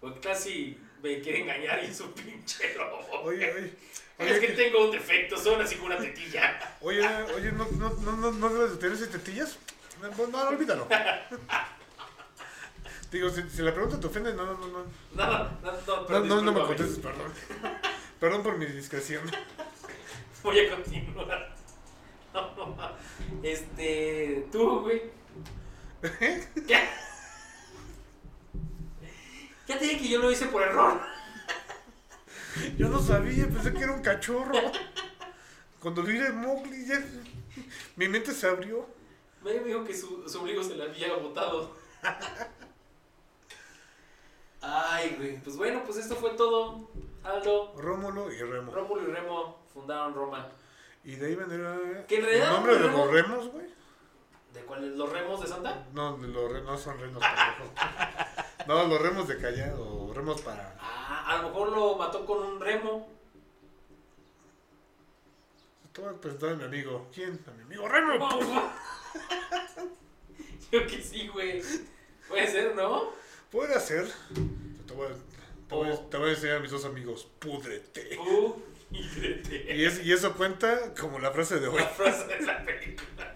[SPEAKER 1] Porque casi me quiere engañar y es un pinche lobo.
[SPEAKER 2] Oye, oye.
[SPEAKER 1] es
[SPEAKER 2] Oye,
[SPEAKER 1] que
[SPEAKER 2] que-
[SPEAKER 1] tengo un defecto, son así como una tetilla. *laughs*
[SPEAKER 2] oye, oye, no, no, no, no, no debes de tener esas tetillas. No, no,
[SPEAKER 1] *laughs*
[SPEAKER 2] no, olvídalo. Digo, si, si la pregunta te ofende, no, no, no, no.
[SPEAKER 1] No, no, no,
[SPEAKER 2] No,
[SPEAKER 1] pero
[SPEAKER 2] no, no me
[SPEAKER 1] discúlpame.
[SPEAKER 2] contestes, perdón. Perdón por mi discreción. *laughs*
[SPEAKER 1] Voy a continuar. *laughs* No, no, ma. este, tú, güey. ¿Qué? Ya te dije que yo lo hice por error.
[SPEAKER 2] Yo no sabía, pensé que era un cachorro. Cuando vi de Mowgli, ya, mi mente se abrió.
[SPEAKER 1] Me dijo que su, su ombligo se le había botado. Ay, güey. Pues bueno, pues esto fue todo. Aldo,
[SPEAKER 2] Rómulo y Remo.
[SPEAKER 1] Rómulo y Remo fundaron Roma.
[SPEAKER 2] Y de ahí vendrá
[SPEAKER 1] Que en realidad
[SPEAKER 2] el nombre de
[SPEAKER 1] Remo-
[SPEAKER 2] los remos, güey.
[SPEAKER 1] ¿De cuáles? ¿Los remos de Santa?
[SPEAKER 2] No, de los re- no son remos, pendejo. No, los remos de callado, remos para...
[SPEAKER 1] Ah, a lo mejor lo mató con un remo. *laughs*
[SPEAKER 2] Te voy a presentar a pues, mi amigo. ¿Quién? A mi amigo Remo.
[SPEAKER 1] Yo que sí, güey. Puede ser, ¿no?
[SPEAKER 2] Puede ser. Te voy, a- te voy a- te voy a enseñar a mis dos amigos. Púdrete.
[SPEAKER 1] Tú Uh, y Grete.
[SPEAKER 2] Y, es- y eso cuenta como la frase de hoy.
[SPEAKER 1] La frase de la película.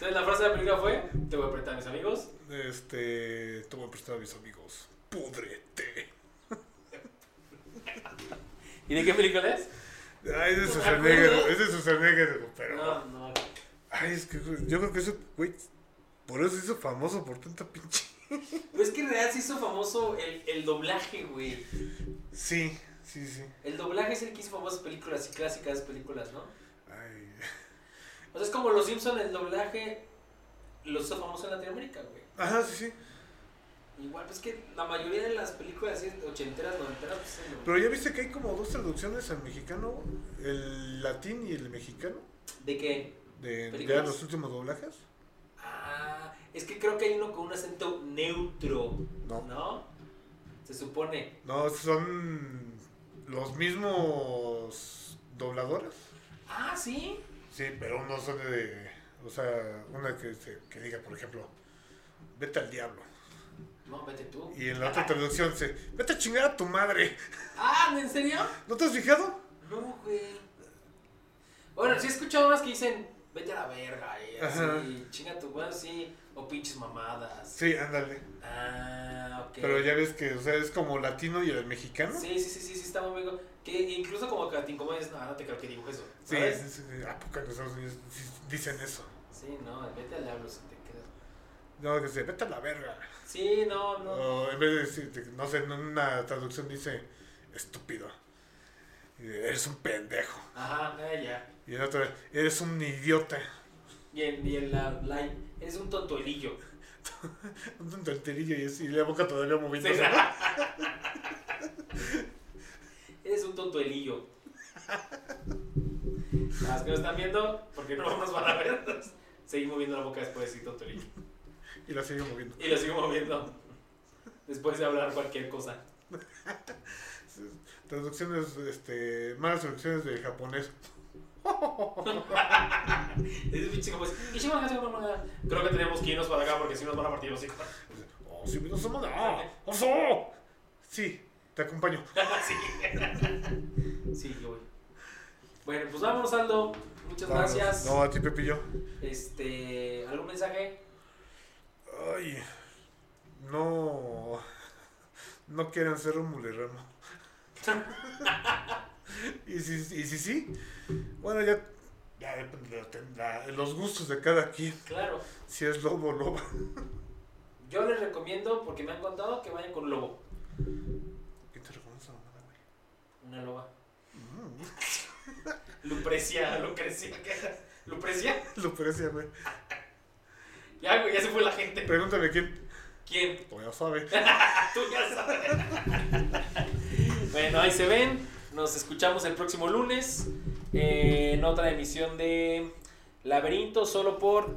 [SPEAKER 1] Entonces la frase de la película fue, te voy a apretar mis amigos.
[SPEAKER 2] Este, te voy a presentar a mis amigos. Púdrete.
[SPEAKER 1] ¿Y de qué película es?
[SPEAKER 2] Ay, es de Schwarzenegger, es de Schwarzenegger, pero...
[SPEAKER 1] No, no.
[SPEAKER 2] Ay, es que güey, yo creo que eso, güey, por eso se hizo famoso por tanta pinche...
[SPEAKER 1] Pero es que en realidad se hizo famoso el, el doblaje, güey.
[SPEAKER 2] Sí, sí, sí.
[SPEAKER 1] El doblaje es el que hizo famosas películas y clásicas películas, ¿no?
[SPEAKER 2] Ay,
[SPEAKER 1] O sea, es como Los Simpson el doblaje lo hizo famoso en Latinoamérica, güey.
[SPEAKER 2] ajá, sí, sí.
[SPEAKER 1] Igual, pues que la mayoría de las películas así, ochenteras, noventeras, pues en
[SPEAKER 2] Pero ya viste que hay como dos traducciones al mexicano, el latín y el mexicano,
[SPEAKER 1] ¿De qué?
[SPEAKER 2] de ya
[SPEAKER 1] Películas.
[SPEAKER 2] los últimos doblajes.
[SPEAKER 1] Ah, es que creo que hay uno con un acento neutro,
[SPEAKER 2] No.
[SPEAKER 1] ¿no? Se supone.
[SPEAKER 2] No, son los mismos dobladores.
[SPEAKER 1] Ah, sí.
[SPEAKER 2] Sí, pero uno son de, o sea, una que, se- que diga, por ejemplo, vete al diablo.
[SPEAKER 1] No, vete tú.
[SPEAKER 2] Y en la otra traducción se, vete a chingar a tu madre.
[SPEAKER 1] Ah, ¿en serio?
[SPEAKER 2] ¿No te has fijado?
[SPEAKER 1] No, güey. Bueno, sí he escuchado unas que dicen, vete a la verga, y
[SPEAKER 2] Ajá.
[SPEAKER 1] así, chinga tu bueno, sí, o pinches mamadas.
[SPEAKER 2] Sí, ándale.
[SPEAKER 1] Ah, ok.
[SPEAKER 2] Pero ya ves que, o sea, es como latino y el mexicano.
[SPEAKER 1] Sí, sí, sí, sí, sí, está muy bien. Que incluso como que te incomodes, no, no te creo que dibujes eso.
[SPEAKER 2] Sí,
[SPEAKER 1] ¿sabes?
[SPEAKER 2] sí, sí, Ah, ¿a poco en los Estados Unidos dicen eso?
[SPEAKER 1] Sí, no, vete al diablo si te quedas.
[SPEAKER 2] No, que se vete a la verga.
[SPEAKER 1] Sí, no, no.
[SPEAKER 2] O en vez de decir, de- no sé, en una traducción dice estúpido. Y de, Eres un pendejo.
[SPEAKER 1] Ajá, eh, ya.
[SPEAKER 2] Y en otra, eres un idiota.
[SPEAKER 1] Y en, y en la line, eres un tontuelillo.
[SPEAKER 2] Un tonterillo y, así, y la boca todavía *laughs* moviendo.
[SPEAKER 1] eres un tontuelillo. A Las que nos están viendo, porque no nos van a ver, pues, seguí moviendo la boca después de decir tontuelillo.
[SPEAKER 2] Y la sigue moviendo.
[SPEAKER 1] Y lo sigo moviendo después de hablar cualquier cosa.
[SPEAKER 2] Traducciones, este, malas traducciones de japonés.
[SPEAKER 1] Es pinche como es, "Y si van a hacer una mamada". Creo que tenemos que irnos para acá porque si nos van a partir los hijos.
[SPEAKER 2] Oh, sí, no somos nada. ¡Oso! Sí, te acompaño.
[SPEAKER 1] sí. sí, yo voy. Bueno, pues vámonos, Aldo. Muchas gracias.
[SPEAKER 2] No, a ti, Pepillo.
[SPEAKER 1] Este, ¿Algún mensaje?
[SPEAKER 2] Ay, no. No quieran ser un
[SPEAKER 1] *laughs*
[SPEAKER 2] mulerramo. y, si, y si sí, bueno, ya, ya depende de la ten- la- los gustos de cada quien.
[SPEAKER 1] Claro.
[SPEAKER 2] Si es lobo, loba.
[SPEAKER 1] Yo les recomiendo, porque me han contado, que vayan con lobo.
[SPEAKER 2] ¿Qué te reconoce, mamada, güey?
[SPEAKER 1] Una loba.
[SPEAKER 2] Mm. *laughs*
[SPEAKER 3] Luprecia, Lucrecia, ¿qué era? Luprecia.
[SPEAKER 2] Luprecia, güey.
[SPEAKER 3] Ya, güey, ya se fue la gente.
[SPEAKER 2] Pregúntale quién.
[SPEAKER 3] ¿Quién?
[SPEAKER 2] Pues
[SPEAKER 1] *laughs*
[SPEAKER 2] ya sabe.
[SPEAKER 1] Ah,
[SPEAKER 3] Tú ya sabes.
[SPEAKER 1] Bueno, ahí se ven. Nos escuchamos el próximo lunes eh, en otra emisión de Laberinto, solo por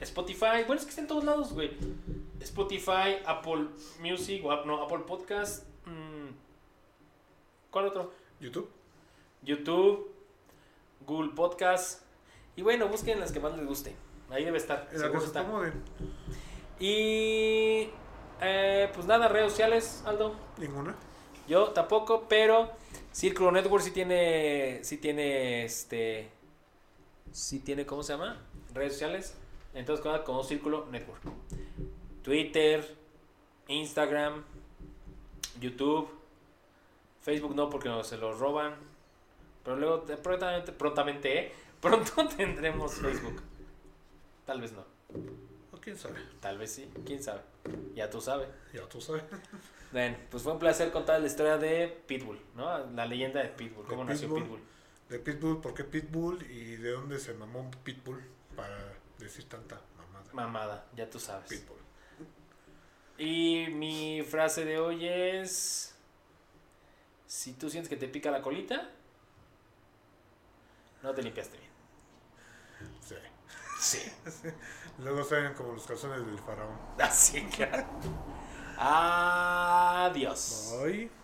[SPEAKER 1] Spotify. Bueno, es que está en todos lados, güey. Spotify, Apple Music, o App- no, Apple Podcast. mm, ¿Cuál otro?
[SPEAKER 2] YouTube.
[SPEAKER 1] YouTube, Google Podcast. Y bueno, busquen las que más les gusten. Ahí debe estar.
[SPEAKER 2] En la
[SPEAKER 1] seguro
[SPEAKER 2] que se
[SPEAKER 1] está.
[SPEAKER 2] acomoden.
[SPEAKER 1] Y eh, pues nada, redes sociales, Aldo.
[SPEAKER 2] Ninguna.
[SPEAKER 1] Yo tampoco, pero Círculo Network sí tiene, sí tiene, este, sí tiene, ¿cómo se llama? Redes sociales. Entonces, con como Círculo Network. Twitter, Instagram, YouTube, Facebook no porque no, se los roban. Pero luego, te- prontamente, prontamente, ¿eh? *laughs* Pronto tendremos Facebook. Tal vez no,
[SPEAKER 2] O quién sabe.
[SPEAKER 1] tal vez sí, quién sabe. Ya tú sabes.
[SPEAKER 2] Ya tú sabes.
[SPEAKER 1] Bueno, pues fue un placer contar la historia de Pitbull, ¿no? La leyenda de Pitbull,
[SPEAKER 2] De
[SPEAKER 1] cómo nació
[SPEAKER 2] Pitbull.
[SPEAKER 1] Pitbull.
[SPEAKER 2] De Pitbull, ¿por qué Pitbull? Y de dónde se mamó Pitbull para decir tanta mamada.
[SPEAKER 1] Mamada, ya tú sabes.
[SPEAKER 2] Pitbull.
[SPEAKER 1] Y mi frase de hoy es... Si tú sientes que te pica la colita, no te limpiaste
[SPEAKER 2] *laughs*
[SPEAKER 1] bien.
[SPEAKER 2] Sí.
[SPEAKER 1] Sí.
[SPEAKER 2] *laughs* Luego salen como los calzones del faraón.
[SPEAKER 1] Así que... Adiós.
[SPEAKER 2] Bye.